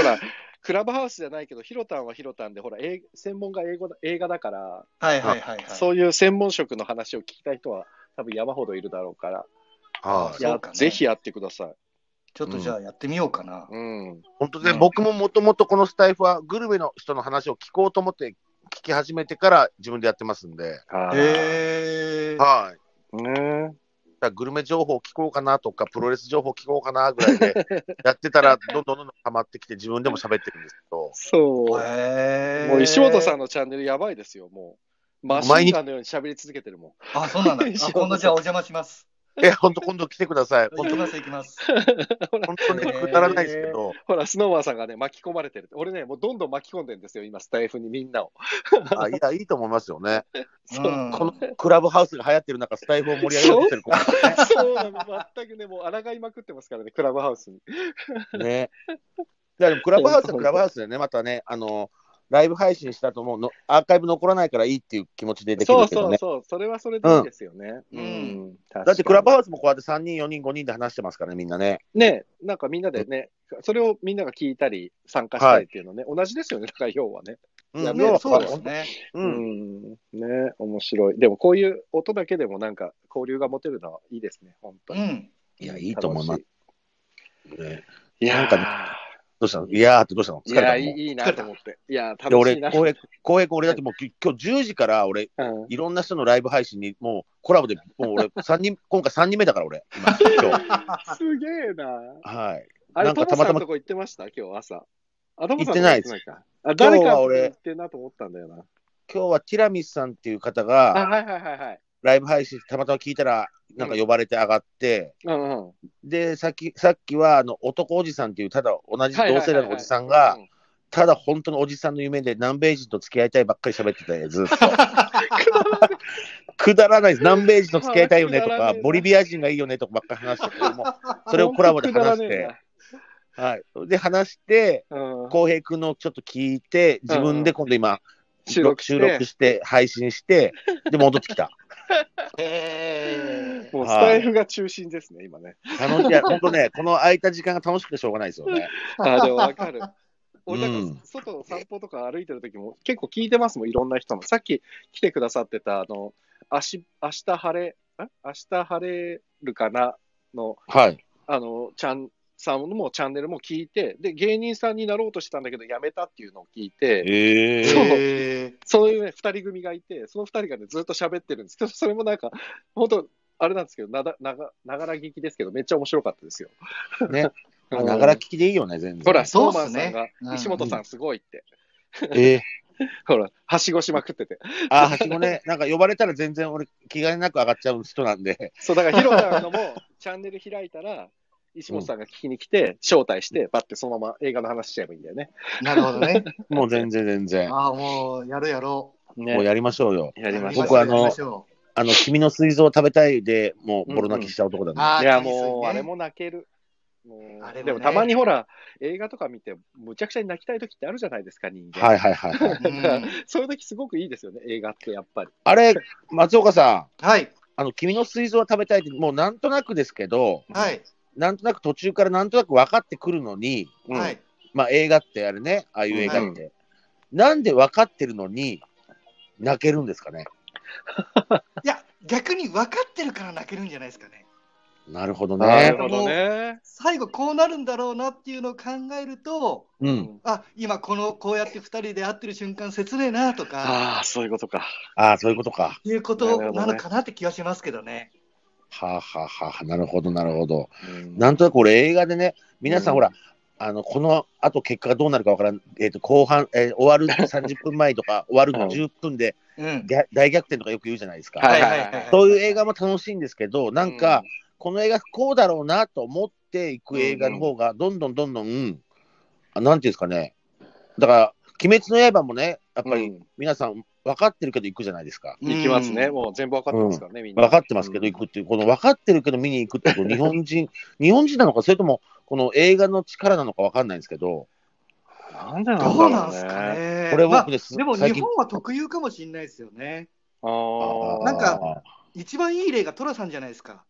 [SPEAKER 1] ほら、クラブハウスじゃないけど、ヒロタンはヒロタンで、ほら、英専門が英語だ映画だから、
[SPEAKER 4] はいはいはいはい。
[SPEAKER 1] そういう専門職の話を聞きたい人は、多分山ほどいるだろうから、
[SPEAKER 5] はいい。
[SPEAKER 4] や
[SPEAKER 1] や
[SPEAKER 4] そうかね
[SPEAKER 1] ぜひやってください。
[SPEAKER 4] ちょっとじゃあやってみようかな。
[SPEAKER 1] うん。
[SPEAKER 5] 本当で、
[SPEAKER 4] うん
[SPEAKER 5] 僕ももともとこのスタイフはグルメの人の話を聞こうと思って聞き始めてから自分でやってますんで、
[SPEAKER 1] は
[SPEAKER 4] へえー。
[SPEAKER 5] はい。
[SPEAKER 1] い。ね
[SPEAKER 5] だからグルメ情報聞こうかなとか、プロレス情報聞こうかなぐらい でやってたら、どんどんどんどんハマってきて、自分でも喋ってるんですけ ど、
[SPEAKER 1] そう。
[SPEAKER 4] へー
[SPEAKER 1] もう石本さんのチャンネルやばいですよ、もう。マシンガンのように喋り続けてるも
[SPEAKER 4] あ、そうなんだ。あ今度じゃあお邪魔します。
[SPEAKER 5] え、本当、今度来てください。
[SPEAKER 4] 行
[SPEAKER 5] 本
[SPEAKER 4] き
[SPEAKER 5] 当
[SPEAKER 4] ます行きます。
[SPEAKER 5] 本当にくだらないですけど、
[SPEAKER 1] ん。ほら、スノーマンさんがね、巻き込まれてるって。俺ね、もうどんどん巻き込んでるんですよ、今、スタイフにみんなを。
[SPEAKER 5] あいや、いいと思いますよね。
[SPEAKER 1] そう
[SPEAKER 4] うん
[SPEAKER 5] このクラブハウスが流行ってる中、スタイフを盛り上げようとして る子
[SPEAKER 1] そうなの、全くね、もう抗いまくってますからね、クラブハウスに。
[SPEAKER 5] ね。いやでもクラブハウスはクラブハウスでね、またね、あの、ライブ配信したと思うの、アーカイブ残らないからいいっていう気持ちででき
[SPEAKER 1] そう
[SPEAKER 5] るけど
[SPEAKER 1] そ
[SPEAKER 5] ね
[SPEAKER 1] う。そう、それはそれでいいですよね。
[SPEAKER 4] うん
[SPEAKER 1] うん
[SPEAKER 5] だってクラブハ
[SPEAKER 1] ウ
[SPEAKER 5] ウスもこうやって3人、4人、5人で話してますからね、みんなね。
[SPEAKER 1] スね、なんかみんなでね、それをみんなが聞いたり、参加したりっていうのね、同じですよね、だから要はね。
[SPEAKER 5] う
[SPEAKER 1] いや
[SPEAKER 5] ん、
[SPEAKER 1] ね
[SPEAKER 5] 要は
[SPEAKER 4] そうですね。
[SPEAKER 5] う、
[SPEAKER 1] うんん、ね、面白い。でもこういう音だけでもなんか交流が持てるのはいいですね、本当
[SPEAKER 4] う
[SPEAKER 1] に。
[SPEAKER 4] ん。
[SPEAKER 5] いや、いいと思います。ね
[SPEAKER 1] いや
[SPEAKER 5] なん
[SPEAKER 1] ー
[SPEAKER 5] どうしたのいやーってどうしたの疲
[SPEAKER 1] い
[SPEAKER 5] れた
[SPEAKER 1] や
[SPEAKER 5] の
[SPEAKER 1] い
[SPEAKER 5] もう
[SPEAKER 1] い、いいなと思って。いやー、
[SPEAKER 5] いや
[SPEAKER 1] 楽しい
[SPEAKER 5] 俺、
[SPEAKER 1] な。
[SPEAKER 5] 浩平浩平君、俺だってもうき今日10時から俺、
[SPEAKER 1] うん
[SPEAKER 5] いろんな人のライブ配信に、もうコラボで、もう俺、 三人、今回3人目だから俺、今、今日。
[SPEAKER 1] すげえな。
[SPEAKER 5] はい。
[SPEAKER 1] あれ、
[SPEAKER 5] なん
[SPEAKER 1] ト
[SPEAKER 5] か
[SPEAKER 1] モ
[SPEAKER 5] たま
[SPEAKER 1] さ
[SPEAKER 5] た
[SPEAKER 1] ん
[SPEAKER 5] ま
[SPEAKER 1] とこ行ってました今日朝。あ、トモさん
[SPEAKER 5] 行ってないです
[SPEAKER 1] とこか。あ、誰
[SPEAKER 5] 今日
[SPEAKER 1] か
[SPEAKER 5] は俺
[SPEAKER 1] 行ってんなと思ったんだよな。
[SPEAKER 5] 今日はティラミスさんっていう方
[SPEAKER 1] あ、
[SPEAKER 5] が、
[SPEAKER 1] はいはいはいはい。
[SPEAKER 5] ライブ配信たまたま聞いたら、なんか呼ばれて上がって、
[SPEAKER 1] うんうん。
[SPEAKER 5] で、さっき、さっきは、あの、男おじさんっていう、ただ同じ同
[SPEAKER 1] はいはいはいはい
[SPEAKER 5] 世代のおじさんが、ただ本当のおじさんの夢で南米人と付き合いたいばっかり喋ってたやつ。ずっと くだらないです。南米人と付き合いたいよねと
[SPEAKER 1] くだら
[SPEAKER 5] か
[SPEAKER 1] ねえ、な
[SPEAKER 5] ボリビア人がいいよねとかばっかり話してて、もうそれをコラボで話して、はい。で、話して、
[SPEAKER 1] うん、
[SPEAKER 5] 浩平君のちょっと聞いて、自分で今度今、
[SPEAKER 1] 収録
[SPEAKER 5] 収録して、配信して、で、戻ってきた。
[SPEAKER 4] へえ。
[SPEAKER 1] もうスタイフが中心ですね、今ね。
[SPEAKER 5] 楽 しい。いや本当ね、この空いた時間が楽しくてしょうがないですよね。
[SPEAKER 1] あでもわ かる。俺
[SPEAKER 5] う
[SPEAKER 1] なん
[SPEAKER 5] ん
[SPEAKER 1] か外散歩とか歩いてる時も結構聞いてますもん、いろんな人の。さっき来てくださってた、あの、明日明日晴れ、ん明日晴れるかなの、
[SPEAKER 5] はい。
[SPEAKER 1] あの、ちゃんさんもチャンネルも聞いて、で、芸人さんになろうとしてたんだけど、やめたっていうのを聞いて、
[SPEAKER 5] え
[SPEAKER 1] そう
[SPEAKER 4] へ
[SPEAKER 1] そういうね、二人組がいて、その二人がね、ずっと喋ってるんですけど、それもなんか、本当あれなんですけど、なだ、なが、ながら聞きですけど、めっちゃ面白かったですよ。
[SPEAKER 5] ね。
[SPEAKER 1] うん
[SPEAKER 5] ながら聞きでいいよね、全然。
[SPEAKER 1] ほら、
[SPEAKER 4] そ
[SPEAKER 1] そううマ
[SPEAKER 4] っす
[SPEAKER 1] ン
[SPEAKER 4] ね
[SPEAKER 1] さんが、
[SPEAKER 4] うん
[SPEAKER 1] 石本さんすごいって、
[SPEAKER 5] えー
[SPEAKER 1] ほら、はしごしまくってて。
[SPEAKER 5] あー、はしごね、なんか呼ばれたら全然俺、気兼ねなく上がっちゃう人なん で、
[SPEAKER 1] そう、だから、ヒロさんのも、チャンネル開いたら、石本さんが聞きに来て、招待して、バッてそのまま映画の話しちゃえばいいんだよね。
[SPEAKER 4] え。なるほどね。
[SPEAKER 5] もう全然全然。
[SPEAKER 4] ああ、もうやるやろ
[SPEAKER 1] ね
[SPEAKER 5] もうやりましょうよ。
[SPEAKER 4] う。
[SPEAKER 1] やりましょう。
[SPEAKER 5] 僕はあの
[SPEAKER 4] やりましょう
[SPEAKER 5] あの、君の膵臓を食べたいで、もうボロ泣きしちゃう男だね。
[SPEAKER 4] ああ、
[SPEAKER 1] いや、
[SPEAKER 4] いいっすね
[SPEAKER 1] もう、あれ。も泣ける。もう
[SPEAKER 4] あれもね
[SPEAKER 1] でも、たまにほら、映画とか見て、むちゃくちゃに泣きたい時ってあるじゃないですか、人間。
[SPEAKER 5] はいはいはいはい。
[SPEAKER 4] うん
[SPEAKER 1] そういう時すごくいいですよね、映画ってやっぱり。
[SPEAKER 5] あれ、松岡さん、
[SPEAKER 4] はい。
[SPEAKER 5] あの、君の膵臓を食べたいって、もうなんとなくですけど、
[SPEAKER 4] はい。
[SPEAKER 5] なんとなく途中からなんとなく分かってくるのに、
[SPEAKER 4] はい。
[SPEAKER 5] まあ映画ってあれね、ああいう映画って、なんで分かってるのに、泣けるんですかね。
[SPEAKER 4] いや、逆に分かってるから泣けるんじゃないですかね。
[SPEAKER 5] なるほど
[SPEAKER 1] な
[SPEAKER 5] ね
[SPEAKER 1] る。ほどね。
[SPEAKER 4] 最後こうなるんだろうなっていうのを考えると、
[SPEAKER 5] うん。
[SPEAKER 4] あ今このこうやって2人で会ってる瞬間切ねえなとか
[SPEAKER 1] ああ、そういうことか。
[SPEAKER 5] ああ、そういうことか。
[SPEAKER 4] いうことなのかなって気はしますけどね。
[SPEAKER 5] はあ、はあはあ、なるほど、なるほど。
[SPEAKER 1] うん
[SPEAKER 5] なんとなく俺映画でね、皆さ
[SPEAKER 1] う
[SPEAKER 5] ん
[SPEAKER 1] ん
[SPEAKER 5] ほら、あの、この後結果がどうなるかわからん、えっ、と、後半、えー終わる 30分前とか、終わる
[SPEAKER 1] う
[SPEAKER 5] の
[SPEAKER 1] ん
[SPEAKER 5] 10分で
[SPEAKER 4] うん、
[SPEAKER 5] で大逆転とかよく言うじゃないですか。
[SPEAKER 1] はいい
[SPEAKER 4] は
[SPEAKER 1] はいい
[SPEAKER 4] は
[SPEAKER 1] はいい。
[SPEAKER 5] そういう映画も楽しいんですけど、なんか、この映画こうだろうなと思っていく映画の方が、どんどんどんどん、うんあなんていうんですかね。だから、鬼滅の刃もね、やっぱり
[SPEAKER 1] うん
[SPEAKER 5] 皆さん分かってるけど行くじゃないですか。
[SPEAKER 1] 行きますね。
[SPEAKER 4] うん
[SPEAKER 1] もう全部分かってますからね、みんな。
[SPEAKER 5] 分かってますけど行くっていう、この分かってるけど見に行くっ ていう、この日本人、日本人なのか、それともこの映画の力なのか分かんないんですけ
[SPEAKER 1] う
[SPEAKER 5] ど、
[SPEAKER 1] んなんでなんだろうね。
[SPEAKER 4] どうなんすかね。
[SPEAKER 5] これ
[SPEAKER 4] まあ
[SPEAKER 5] 僕です
[SPEAKER 4] でも
[SPEAKER 5] 最
[SPEAKER 4] 日
[SPEAKER 5] 近
[SPEAKER 4] 本は特有かもしれないですよね。
[SPEAKER 1] あー
[SPEAKER 4] なんか一番いい例が寅さんじゃないですか。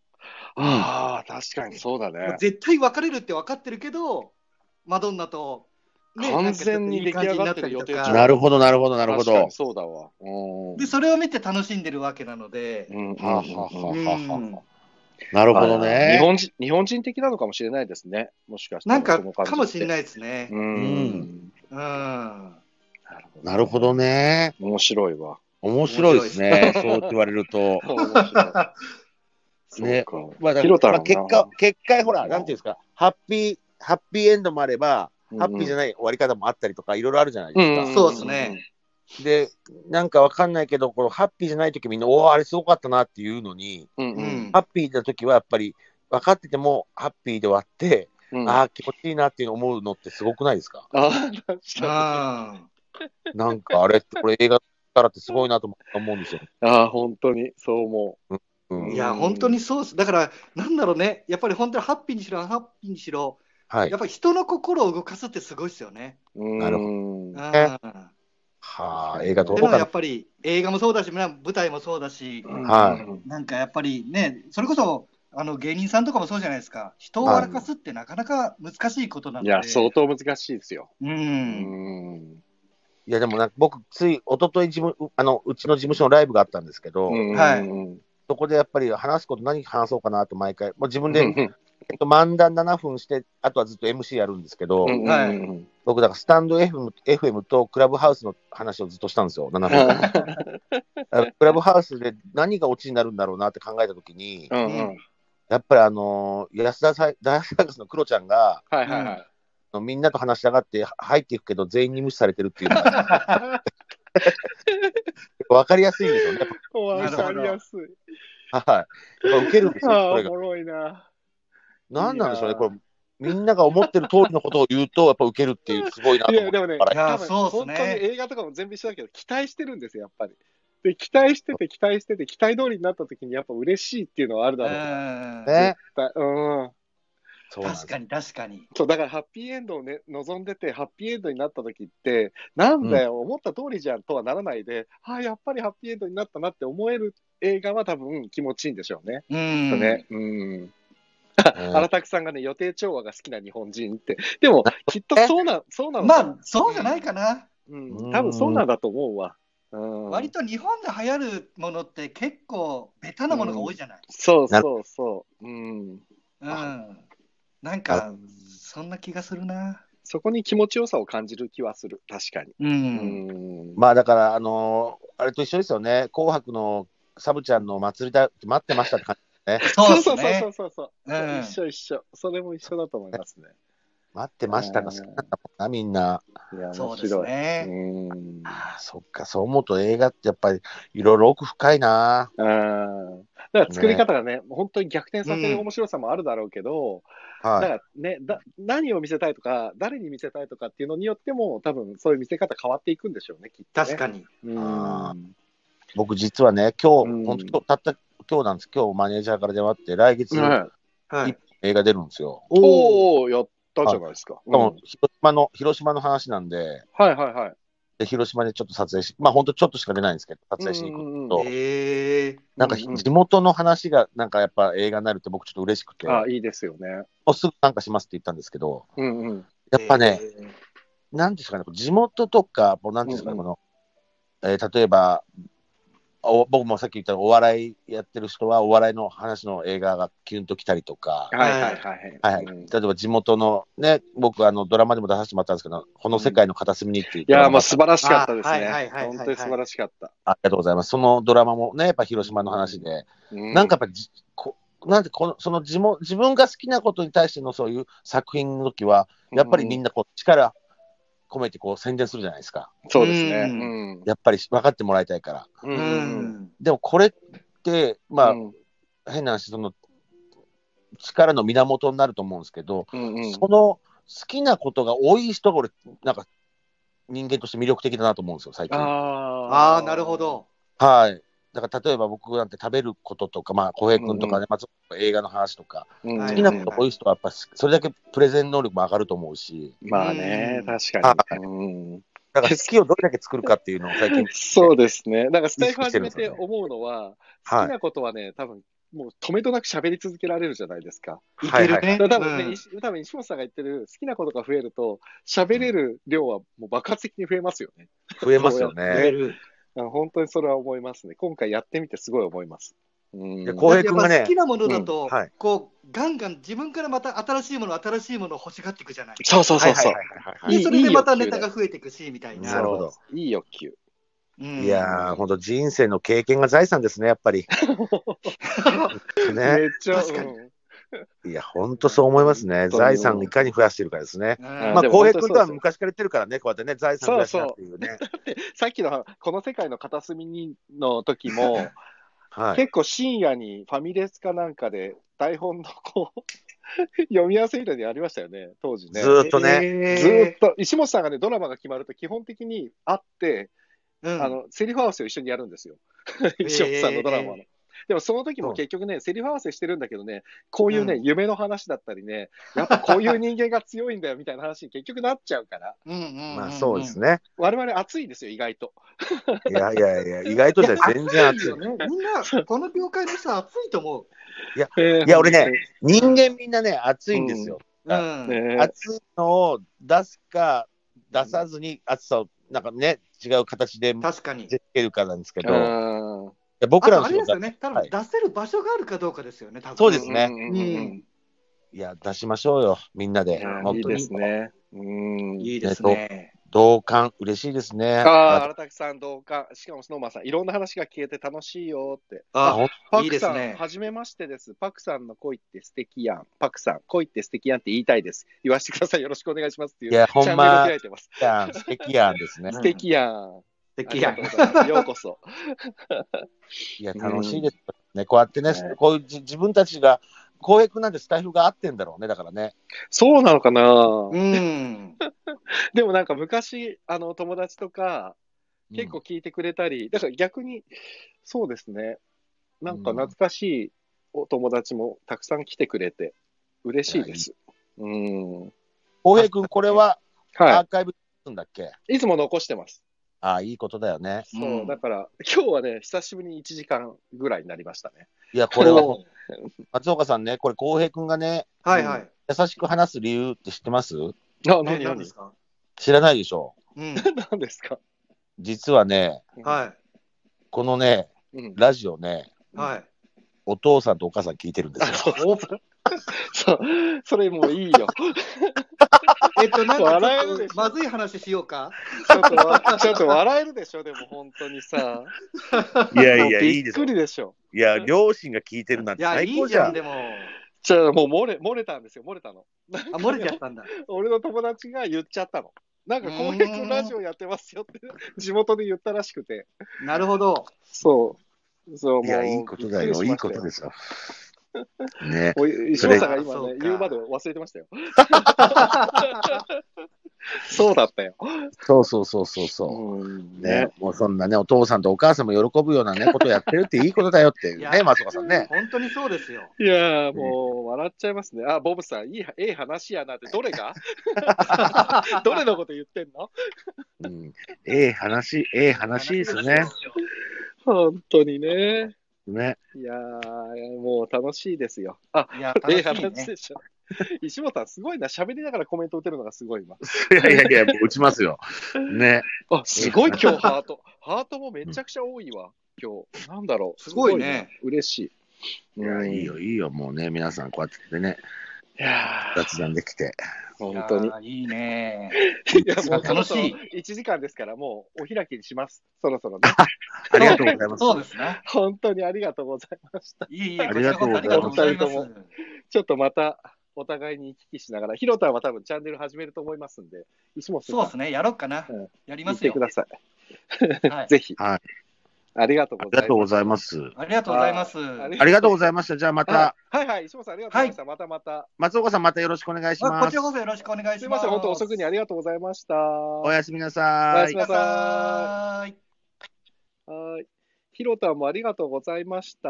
[SPEAKER 1] あー、確かにそうだね。
[SPEAKER 4] 絶対別れるって分かってるけど、マドンナと、
[SPEAKER 1] 完全に出来上がってる
[SPEAKER 4] なんかちょといい感じになったりと
[SPEAKER 1] 予定
[SPEAKER 4] か
[SPEAKER 1] じゃ
[SPEAKER 5] なるほど、なるほど、なるほ
[SPEAKER 1] 確か
[SPEAKER 5] ど
[SPEAKER 1] に。そうだわ。うん。
[SPEAKER 4] で、それを見て楽しんでるわけなので、
[SPEAKER 1] うん、
[SPEAKER 5] はあはあは
[SPEAKER 4] あは
[SPEAKER 5] なるほど
[SPEAKER 1] 日
[SPEAKER 5] ね。
[SPEAKER 1] 本人。日本人的なのかもしれないですね。もしかしたら。
[SPEAKER 4] なんか
[SPEAKER 1] その感じって
[SPEAKER 4] かもしれないですね。
[SPEAKER 1] うん。
[SPEAKER 5] うん
[SPEAKER 4] うん。面
[SPEAKER 1] なるほ
[SPEAKER 5] なるほどね。
[SPEAKER 1] 面白いわ。
[SPEAKER 5] 面白いですね。そうって言われると。
[SPEAKER 1] 面白い。
[SPEAKER 5] ね
[SPEAKER 1] そうか
[SPEAKER 5] まあ、だか
[SPEAKER 1] 広田
[SPEAKER 5] ら
[SPEAKER 1] の
[SPEAKER 5] ま
[SPEAKER 1] な
[SPEAKER 5] あ結果、結果、ほら、なんていうんですか、ハッピー、ハッピーエンドもあれば、ハッピーじゃ
[SPEAKER 1] ゃ
[SPEAKER 5] ない終わり方もあったりとか、いろいろあるじゃないですか。
[SPEAKER 4] そうですね。
[SPEAKER 5] で、なんかわかんないけど、このハッピーじゃない時みんな、おお、あれすごかったなっていうのに、
[SPEAKER 1] うんう
[SPEAKER 4] うんん
[SPEAKER 5] ハッピーな時はやっぱり、分かってても、ハッピーで終わって、
[SPEAKER 1] うん。
[SPEAKER 5] ああ、気持ちいいなっていう思うのってすごくないですか
[SPEAKER 1] あー、確か
[SPEAKER 4] あ
[SPEAKER 5] なんかあれって、これ映画だからってすごいなと思うんですよ。
[SPEAKER 1] に。ああ、本当に、そう思
[SPEAKER 5] う
[SPEAKER 4] ー
[SPEAKER 5] ん
[SPEAKER 4] いや、本当にそうです。だから、なんだろうね、やっぱり本当にハッピーにしろ、アンハッピーにしろ、
[SPEAKER 5] はい
[SPEAKER 4] やっ。ぱり人の心を動かすってすごいですよね。
[SPEAKER 1] う。うん
[SPEAKER 5] なるほ
[SPEAKER 4] うん。
[SPEAKER 1] ど。
[SPEAKER 5] ね
[SPEAKER 4] で
[SPEAKER 5] はあ、映画どう
[SPEAKER 4] も
[SPEAKER 5] か
[SPEAKER 4] や
[SPEAKER 5] な
[SPEAKER 4] っ。ぱり映画もそうだし、舞台もそうだし、
[SPEAKER 5] はい
[SPEAKER 1] い。
[SPEAKER 4] なんかやっぱりね、それこそあの芸人さんとかもそうじゃないですか、人を笑かすってなかなか難しいことな
[SPEAKER 1] い
[SPEAKER 4] ので、
[SPEAKER 1] や、相当難しいですよ。
[SPEAKER 4] う、
[SPEAKER 1] うんん。
[SPEAKER 5] いや、でもなんか僕、つい、一昨日事務、あの、うちの事務所のライブがあったんですけど、
[SPEAKER 4] はい
[SPEAKER 5] そこでやっぱり話すこと何話そうかなと毎回、もう自分で、
[SPEAKER 1] で、うん
[SPEAKER 5] えっと、漫談7分して、あとはずっと MC やるんですけど、
[SPEAKER 1] うん
[SPEAKER 4] はい
[SPEAKER 1] うん
[SPEAKER 5] 僕、だからスタンド FM, FM とクラブハウスの話をずっとしたんですよ、7分間。だからクラブハウスで何がオチになるんだろうなって考えたときに、
[SPEAKER 1] うんうん
[SPEAKER 5] やっぱりあのー安田さいダイヤサーカスのクロちゃんが、
[SPEAKER 1] はいはいはい。
[SPEAKER 5] あのみんなと話したがっては入っていくけど、全員に無視されてるっていうのが、 分かりやすいんですよね。
[SPEAKER 1] わかりやすい。
[SPEAKER 5] はい。やっぱ受けるんですよ、
[SPEAKER 1] あ
[SPEAKER 5] こ
[SPEAKER 1] あ、お
[SPEAKER 5] れが。
[SPEAKER 1] もろいな。
[SPEAKER 5] 何なんでしょうね、
[SPEAKER 1] いやー
[SPEAKER 5] これ。みんなが思ってる通りのことを言うと、やっぱ受けるっていう、すごいなと
[SPEAKER 1] い
[SPEAKER 5] 思
[SPEAKER 1] や、で。も
[SPEAKER 5] って
[SPEAKER 1] ね、
[SPEAKER 5] 笑
[SPEAKER 4] いや
[SPEAKER 1] 多分
[SPEAKER 4] そうっす
[SPEAKER 1] 本当
[SPEAKER 4] ね
[SPEAKER 1] に映画とかも全部一緒だけど、期待してるんですよ、やっぱり。で、期待してて、期待してて、期待通りになった時に、やっぱ嬉しいっていうのはあるだろうな
[SPEAKER 4] うん
[SPEAKER 5] ね。
[SPEAKER 1] だうん。
[SPEAKER 5] そうなんです
[SPEAKER 4] 確かに確かに。
[SPEAKER 1] そう、だからハッピーエンドをね、望んでて、ハッピーエンドになった時って、なんだよ、思った通りじゃんとはならないで、ああ、やっぱりハッピーエンドになったなって思える映画は多分気持ちいいんでしょうね。
[SPEAKER 4] うん、
[SPEAKER 1] ね。うん。
[SPEAKER 5] うん
[SPEAKER 1] 荒拓さんがね、予定調和が好きな日本人って。でも、きっとそうな、そうなの
[SPEAKER 4] ま
[SPEAKER 1] かな
[SPEAKER 4] あ、そうじゃないかな、
[SPEAKER 1] うん、多分そうなんだと思うわ。うん、
[SPEAKER 4] 割と日本で流行るものって結構ベタなものが多いじゃない。
[SPEAKER 1] そうそうそう。うん。
[SPEAKER 4] うんんなんか、そんな気がするな。
[SPEAKER 1] そこに気持ちよさを感じる気はする。確かに。
[SPEAKER 4] う、
[SPEAKER 1] うんん。
[SPEAKER 5] まあだから、あのーあれと一緒ですよね、紅白のサブちゃんの祭りだ、待ってましたって感じ、
[SPEAKER 4] そう
[SPEAKER 1] そ
[SPEAKER 4] です
[SPEAKER 1] うそ
[SPEAKER 4] ね
[SPEAKER 1] う。そうそう。
[SPEAKER 4] うん
[SPEAKER 1] 一緒一緒。それも一緒だと思いますね。
[SPEAKER 5] 待ってましたが好きなんだもんな、みんな。
[SPEAKER 1] いや、
[SPEAKER 4] そ
[SPEAKER 1] 面
[SPEAKER 4] うです
[SPEAKER 1] 白い。
[SPEAKER 4] ね。
[SPEAKER 1] うん。
[SPEAKER 5] ああ、そっか、そう思うと映画ってやっぱりいろいろ奥深いな。
[SPEAKER 1] うんだから作り方がね、本当に逆転させる面白さもあるだろうけど、だ
[SPEAKER 5] は
[SPEAKER 1] からねだ、何を見せたいとか、誰に見せたいとかっていうのによっても、多分そういう見せ方変わっていくんでしょうね、きっと、ね。
[SPEAKER 4] 確かに。
[SPEAKER 1] に。
[SPEAKER 5] あ
[SPEAKER 1] うん。
[SPEAKER 5] い。僕実はね、今
[SPEAKER 1] うん
[SPEAKER 5] 日、本当今日たった今日なんです、今日マネージャーから電話あって、来月
[SPEAKER 1] はい
[SPEAKER 4] はい。
[SPEAKER 5] 映画出るんですよ。
[SPEAKER 1] おおやったじゃないですか。
[SPEAKER 5] しかも
[SPEAKER 1] うん
[SPEAKER 5] 広島の、広島の話なんで、
[SPEAKER 1] はいはいはい。
[SPEAKER 5] で広島でちょっと撮影し、まあ本当ちょっとしか出ないんですけど、撮影しに行く。
[SPEAKER 1] うんうんうん
[SPEAKER 5] と
[SPEAKER 4] ええ
[SPEAKER 5] なんか
[SPEAKER 1] うんうん
[SPEAKER 5] 地元の話がなんかやっぱ映画になるって僕ちょっと嬉しくて、も
[SPEAKER 1] あいいですよね。
[SPEAKER 5] うすぐ参加しますって言ったんですけど、
[SPEAKER 1] うんうん。
[SPEAKER 5] やっぱね、
[SPEAKER 4] えー
[SPEAKER 5] なんていうんですかね、こう地元とか、もうなんていうんですかね、
[SPEAKER 1] うん
[SPEAKER 5] この、えー例えばお、僕もさっき言ったお笑いやってる人は、お笑いの話の映画がキュンと来たりとか、
[SPEAKER 1] はいはいはい。
[SPEAKER 5] はいはい
[SPEAKER 1] うんい
[SPEAKER 5] 例えば地元のね、僕、あのドラマでも出させてもらったんですけど、この世界の片隅にっていうドラ
[SPEAKER 1] や、も
[SPEAKER 5] マ
[SPEAKER 1] う
[SPEAKER 5] が
[SPEAKER 1] 素晴らしかったです
[SPEAKER 4] あはいはい
[SPEAKER 1] ね。
[SPEAKER 4] はいはいはい
[SPEAKER 1] 本当に素晴らしかった。
[SPEAKER 5] ありがとうございます。そのドラマもね、やっぱ広島の話で、なんかやっぱじこなんてこのその地元自分が好きなことに対してのそういう作品の時は、
[SPEAKER 1] うん、
[SPEAKER 5] やっぱりみん
[SPEAKER 1] な。
[SPEAKER 5] なこう力込めてこう宣伝するじゃないですか。
[SPEAKER 1] そうですね。
[SPEAKER 4] う
[SPEAKER 5] やっぱり分かってもらいたいから。
[SPEAKER 1] うん。
[SPEAKER 4] う
[SPEAKER 1] うん。
[SPEAKER 4] ん。
[SPEAKER 5] でもこれって、まあ、
[SPEAKER 1] うん
[SPEAKER 5] 変な話、その力の源になると思うんですけど、
[SPEAKER 1] うんうん
[SPEAKER 5] その好きなことが多い人が俺、なんか人間として魅力的だなと思うんですよ、最近。
[SPEAKER 1] あ
[SPEAKER 4] ああ、なるほ。ど。
[SPEAKER 5] はい。だから例えば僕なんて食べることとか、まあ、浩平君とか
[SPEAKER 1] うん
[SPEAKER 5] ね、松本君映画の話とか、
[SPEAKER 1] うん
[SPEAKER 4] は
[SPEAKER 5] 好
[SPEAKER 4] い
[SPEAKER 5] きなこと多い人はやっぱ、それだけプレゼン能力も上がると思うし、
[SPEAKER 1] まあね、
[SPEAKER 4] うん
[SPEAKER 1] 確かに、うん。、
[SPEAKER 5] だから好きをどれだけ作るかっていうのを最近
[SPEAKER 1] そうですね。なんかスタイフ
[SPEAKER 5] 意識して
[SPEAKER 1] 始
[SPEAKER 5] るん
[SPEAKER 1] め
[SPEAKER 5] です
[SPEAKER 1] て
[SPEAKER 5] よね
[SPEAKER 1] 思うのは、好
[SPEAKER 5] は
[SPEAKER 1] き
[SPEAKER 5] い。
[SPEAKER 1] なことはね、多分もう止めとなく喋り続けられるじゃないですか。
[SPEAKER 4] いける
[SPEAKER 5] はい
[SPEAKER 4] ね。
[SPEAKER 1] だから多分ね、
[SPEAKER 4] うん
[SPEAKER 1] 石多分石本さんが言ってる好きなことが増えると、喋れる量はもう爆発的に増えますよね。
[SPEAKER 5] 増えますよ
[SPEAKER 4] 増え
[SPEAKER 5] ね。
[SPEAKER 4] る
[SPEAKER 1] あの本当にそれは思いますね。今回やってみてすごい思います。うん
[SPEAKER 5] でこ浩う平君がね
[SPEAKER 4] やっぱ好きなものだと、
[SPEAKER 5] うんはい
[SPEAKER 4] こうガンガン自分からまた新しいもの新しいものを欲しがっていくじゃない。
[SPEAKER 1] そうそうそうそう
[SPEAKER 5] はい。はいはいはい
[SPEAKER 1] い
[SPEAKER 4] でそれでまたネタ
[SPEAKER 1] いい
[SPEAKER 4] が増えていくしみたいな。
[SPEAKER 5] なるほど。
[SPEAKER 1] いい欲求。
[SPEAKER 4] うん
[SPEAKER 5] いやー、本当人生の経験が財産ですね、やっぱり。ね、
[SPEAKER 1] めっちゃ、
[SPEAKER 4] 確かに
[SPEAKER 1] うん
[SPEAKER 5] いや、本当そう思いますね。
[SPEAKER 1] 当に
[SPEAKER 5] 財産をいかに増やしてるかですね。
[SPEAKER 4] うん
[SPEAKER 1] ま
[SPEAKER 5] まあ、
[SPEAKER 1] でも
[SPEAKER 5] 浩
[SPEAKER 1] 本当そうです
[SPEAKER 5] 平君とは昔から言ってるからね、こうやってね、財産増やしたってい うね。
[SPEAKER 1] さっきのこの世界の片隅にの時も、
[SPEAKER 5] はい。
[SPEAKER 1] 結構深夜にファミレスかなんかで台本のこう 読み合わせみたいにありましたよね、当時ね。
[SPEAKER 5] ずーっとね、
[SPEAKER 4] えー
[SPEAKER 1] ずーっと、石本さんがね、ドラマが決まると基本的に会って、
[SPEAKER 4] うん
[SPEAKER 1] あの、セリフ合わせを一緒にやるんです よ。
[SPEAKER 4] ー
[SPEAKER 1] 石本さんのドラマの。でもその時も結局ね、セリフ合わせしてるんだけどね、こういうね、
[SPEAKER 4] うん
[SPEAKER 1] 夢の話だったりね、やっぱこういう人間が強いんだよみたいな話に 結局なっちゃうから、
[SPEAKER 4] うんうんうんうん
[SPEAKER 5] まあそうですね。
[SPEAKER 1] 我々熱いですよ、意外と。
[SPEAKER 5] いやいやいや、意外とじゃ全然熱い
[SPEAKER 4] よ。ね。みんな、この業界の人は熱いと思う。
[SPEAKER 1] い
[SPEAKER 5] いや俺ね、人間みんなね、熱いんですよ。
[SPEAKER 4] う
[SPEAKER 1] 本
[SPEAKER 4] ん。
[SPEAKER 1] 当にね
[SPEAKER 5] 熱いのを出すか、出さずに熱さを、なんかね、違う形で見
[SPEAKER 4] 確かに。
[SPEAKER 5] せつけるかなんですけ
[SPEAKER 1] う
[SPEAKER 5] ど、
[SPEAKER 1] ん
[SPEAKER 5] 僕
[SPEAKER 4] あ
[SPEAKER 5] ら
[SPEAKER 4] と
[SPEAKER 5] の
[SPEAKER 4] あ
[SPEAKER 5] 仕
[SPEAKER 4] れです
[SPEAKER 5] 事
[SPEAKER 4] よ
[SPEAKER 5] は、
[SPEAKER 4] ね、多
[SPEAKER 5] は
[SPEAKER 4] 分
[SPEAKER 5] い
[SPEAKER 4] 出せる場所があるかどうかですよね、多分
[SPEAKER 5] そうですね
[SPEAKER 1] うんうんうん
[SPEAKER 5] いや、出しましょうよ、みんなで
[SPEAKER 1] いや。
[SPEAKER 5] 本
[SPEAKER 1] いい
[SPEAKER 5] 当
[SPEAKER 1] で
[SPEAKER 5] に。
[SPEAKER 1] すね。うん。
[SPEAKER 4] いいですね。
[SPEAKER 5] 同感、嬉しいですね。
[SPEAKER 1] ああ、
[SPEAKER 5] あ
[SPEAKER 1] 荒滝さん、同感。しかも、スノーマンさん、いろんな話が聞けて楽しいよって。
[SPEAKER 5] あ
[SPEAKER 4] あ、
[SPEAKER 5] ほん
[SPEAKER 1] パ
[SPEAKER 4] いい
[SPEAKER 1] ク
[SPEAKER 4] です
[SPEAKER 1] さん、
[SPEAKER 4] ね
[SPEAKER 1] はじめましてです。パクさんの恋って素敵やん。パクさん、恋って素敵やんって言いたいです。言わせてください。よろしくお願いしますっていう。
[SPEAKER 5] いやほんま
[SPEAKER 1] チャンネル開いてます。
[SPEAKER 5] やん、素敵やんですね
[SPEAKER 4] う。ん
[SPEAKER 1] 素敵やん。
[SPEAKER 4] 素敵や
[SPEAKER 1] あ
[SPEAKER 4] ん
[SPEAKER 1] り。がとうございますようこそ。
[SPEAKER 5] いや、
[SPEAKER 1] うん
[SPEAKER 5] 楽しいですね。こうやってね
[SPEAKER 1] ね、
[SPEAKER 5] こういうじ自分たちが、公約なんてスタイフが合ってんだろうね、だからね。
[SPEAKER 1] そうなのかな、
[SPEAKER 4] うん。
[SPEAKER 1] でもなんか昔、あの、友達とか、結構聞いてくれたり、だから逆に、そうですね、なんか懐かしいお友達もたくさん来てくれて、嬉しいです。うん。
[SPEAKER 5] 浩平君、これはア
[SPEAKER 1] は
[SPEAKER 5] ーカイブすんだっけ、
[SPEAKER 1] い。いつも残してます。
[SPEAKER 5] ああ、いいことだよね。
[SPEAKER 1] そうう、
[SPEAKER 4] ん
[SPEAKER 1] だから、今日はね、久しぶりに1時間ぐらいになりましたね。
[SPEAKER 5] いや、これは、
[SPEAKER 4] おー
[SPEAKER 5] 松岡さんね、これ、浩平君がね、
[SPEAKER 4] はいはい。
[SPEAKER 5] 優しく話す理由って知ってます
[SPEAKER 1] あ、
[SPEAKER 4] ね
[SPEAKER 1] 何、
[SPEAKER 4] 何
[SPEAKER 1] 何
[SPEAKER 4] ですか
[SPEAKER 5] 知らないでしょ
[SPEAKER 4] うん。
[SPEAKER 1] 何ですか
[SPEAKER 5] 実はね、
[SPEAKER 4] は
[SPEAKER 5] このね、
[SPEAKER 1] い。うん。
[SPEAKER 5] ラジオね、
[SPEAKER 4] い。 はい。
[SPEAKER 5] お父さんとお母さん聞いてるんですよ。
[SPEAKER 1] そう そう、それもういいよ。
[SPEAKER 4] えっと、なんか
[SPEAKER 1] 笑え
[SPEAKER 4] ち
[SPEAKER 1] る
[SPEAKER 4] ょっ
[SPEAKER 1] でし
[SPEAKER 4] と、
[SPEAKER 1] ょ
[SPEAKER 4] まずい話しようか。
[SPEAKER 1] ちょっとわ、 ちょっと笑えるでしょ、でも本当にさ。
[SPEAKER 5] いや
[SPEAKER 1] もうびっくりでしょ。
[SPEAKER 5] いや、両親が聞いてるなん
[SPEAKER 4] いや、いいじゃん、でも。あ、
[SPEAKER 1] じゃあ、もう漏れ、漏れたんですよ、漏れたの。
[SPEAKER 4] 漏れちゃったんだ。
[SPEAKER 1] 俺の友達が言っちゃったの。なんか、
[SPEAKER 4] うーん
[SPEAKER 1] 浩平君ラジオやってますよって、地元で言ったらしくて。
[SPEAKER 4] なるほど。
[SPEAKER 1] そう。そう、。
[SPEAKER 5] いや、いいことだよ、いいことですす よ。ね。
[SPEAKER 1] もう石
[SPEAKER 5] それ
[SPEAKER 1] 本さんが今
[SPEAKER 4] そ
[SPEAKER 1] ね
[SPEAKER 4] う、か
[SPEAKER 1] 言うまで忘れてま したよ。そうだったよ。
[SPEAKER 5] そうそうそうそうそう。
[SPEAKER 1] うん
[SPEAKER 5] ね、もうそんなね、お父さんとお母さんも喜ぶような ね、ことやってるっていいことだよっていう
[SPEAKER 4] いや
[SPEAKER 5] ね、松岡さんね。
[SPEAKER 4] 本当にそうです よ。
[SPEAKER 1] いやーもう笑っちゃいますね。あ、ボブさん、いい、ええ話やなって、どれ がどれのこと言ってんの
[SPEAKER 5] うん、ええ話、ええ話です ね。
[SPEAKER 1] 本当にね。
[SPEAKER 5] ね。
[SPEAKER 1] いやーもう楽しいですよ。あ、
[SPEAKER 4] いや、
[SPEAKER 1] ええ
[SPEAKER 4] 楽しい
[SPEAKER 1] 話
[SPEAKER 4] ね。
[SPEAKER 1] でしょ。石本さん、すごいな。喋りながらコメント打てるのがすごい今。
[SPEAKER 5] いやいやいや、もう打ちます よ。ね。
[SPEAKER 1] あ、すごい今日ハート。ハートもめちゃくちゃ多いわ。今日。なんだろう。
[SPEAKER 4] すごい
[SPEAKER 1] すご
[SPEAKER 4] ね
[SPEAKER 1] いな。嬉しい。
[SPEAKER 5] いや、いい
[SPEAKER 1] うん。
[SPEAKER 5] よ、いいよ、もうね、皆さん、こうやってね、
[SPEAKER 1] いやー
[SPEAKER 5] 雑談できて。
[SPEAKER 1] 本当に。
[SPEAKER 4] いや。いいね。
[SPEAKER 1] いや、もうそろ
[SPEAKER 4] 楽
[SPEAKER 1] そ
[SPEAKER 4] し
[SPEAKER 1] ろ
[SPEAKER 4] い
[SPEAKER 1] 1時間ですから、もうお開きにします。そろそろね。
[SPEAKER 5] ありがとうございます。
[SPEAKER 4] そうですね。
[SPEAKER 1] 本当にありがとうございました。
[SPEAKER 4] いいいい、
[SPEAKER 5] ありがとうございます
[SPEAKER 4] こちらこそありがとうございます。
[SPEAKER 1] ちょっとまたお互いに行き来しながら、ひろたんは多分チャンネル始めると思いますんで、石本さん、
[SPEAKER 4] そうですね、やろうかな
[SPEAKER 1] うん。
[SPEAKER 4] やり
[SPEAKER 1] 行
[SPEAKER 4] ま
[SPEAKER 1] っ
[SPEAKER 4] す
[SPEAKER 1] て
[SPEAKER 4] よ
[SPEAKER 1] く。ださい。
[SPEAKER 4] はい
[SPEAKER 1] ぜひ。
[SPEAKER 5] はい
[SPEAKER 1] ありがとう
[SPEAKER 5] あ
[SPEAKER 1] ご
[SPEAKER 5] り
[SPEAKER 1] ざ
[SPEAKER 5] が
[SPEAKER 1] い
[SPEAKER 5] とう
[SPEAKER 1] ま
[SPEAKER 5] ございます。
[SPEAKER 4] ありがとうございます。
[SPEAKER 1] あり。
[SPEAKER 5] ありがとうございました。じゃあます
[SPEAKER 1] は
[SPEAKER 5] た、
[SPEAKER 1] いはいはい、石本さん、ありがとうございました。またまた。
[SPEAKER 5] 松岡さんまたよろしくお願いし
[SPEAKER 4] まあ
[SPEAKER 5] ま
[SPEAKER 4] こち
[SPEAKER 5] す
[SPEAKER 4] ら。こそよろしくお願い
[SPEAKER 1] す
[SPEAKER 4] し
[SPEAKER 1] み
[SPEAKER 4] ま。
[SPEAKER 1] ますせん、本当遅くにありがとうございました。
[SPEAKER 5] おやすみなさ
[SPEAKER 1] おや
[SPEAKER 5] い
[SPEAKER 1] すみ
[SPEAKER 4] お。やすみなさい。
[SPEAKER 1] はい。ひろたんもありがとうございました。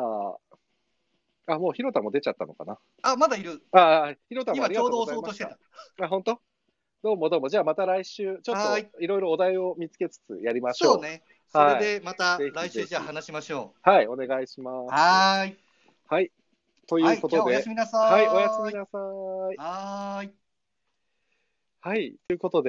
[SPEAKER 1] あ、もうひろたんも出ちゃったのかな。
[SPEAKER 4] あ、まだいる。
[SPEAKER 1] あ、ひろたんもあ
[SPEAKER 4] 今
[SPEAKER 1] り
[SPEAKER 4] ち
[SPEAKER 1] が
[SPEAKER 4] ょ
[SPEAKER 1] と
[SPEAKER 4] う
[SPEAKER 1] う
[SPEAKER 4] ど
[SPEAKER 1] ご
[SPEAKER 4] 押
[SPEAKER 1] ざい
[SPEAKER 4] そ
[SPEAKER 1] うま
[SPEAKER 4] とし
[SPEAKER 1] してた
[SPEAKER 4] た。。
[SPEAKER 1] あ、本当どうもどうも。じゃあまた来週、ちょっ
[SPEAKER 4] はーい
[SPEAKER 1] といろいろお題を見つけつつやりましょう。
[SPEAKER 4] そうね。それでまた
[SPEAKER 1] はい
[SPEAKER 4] 来週じゃあ話しましょ
[SPEAKER 1] はい、お願いしま
[SPEAKER 4] う。
[SPEAKER 1] す。
[SPEAKER 4] はーい。
[SPEAKER 1] はい。とい
[SPEAKER 4] は
[SPEAKER 1] う
[SPEAKER 4] い
[SPEAKER 1] こ、
[SPEAKER 4] じゃあ
[SPEAKER 1] と
[SPEAKER 4] お
[SPEAKER 1] で、
[SPEAKER 4] やすみなさーい。
[SPEAKER 1] はい、おやすみなさい。
[SPEAKER 4] はーい。
[SPEAKER 1] はい、ということで、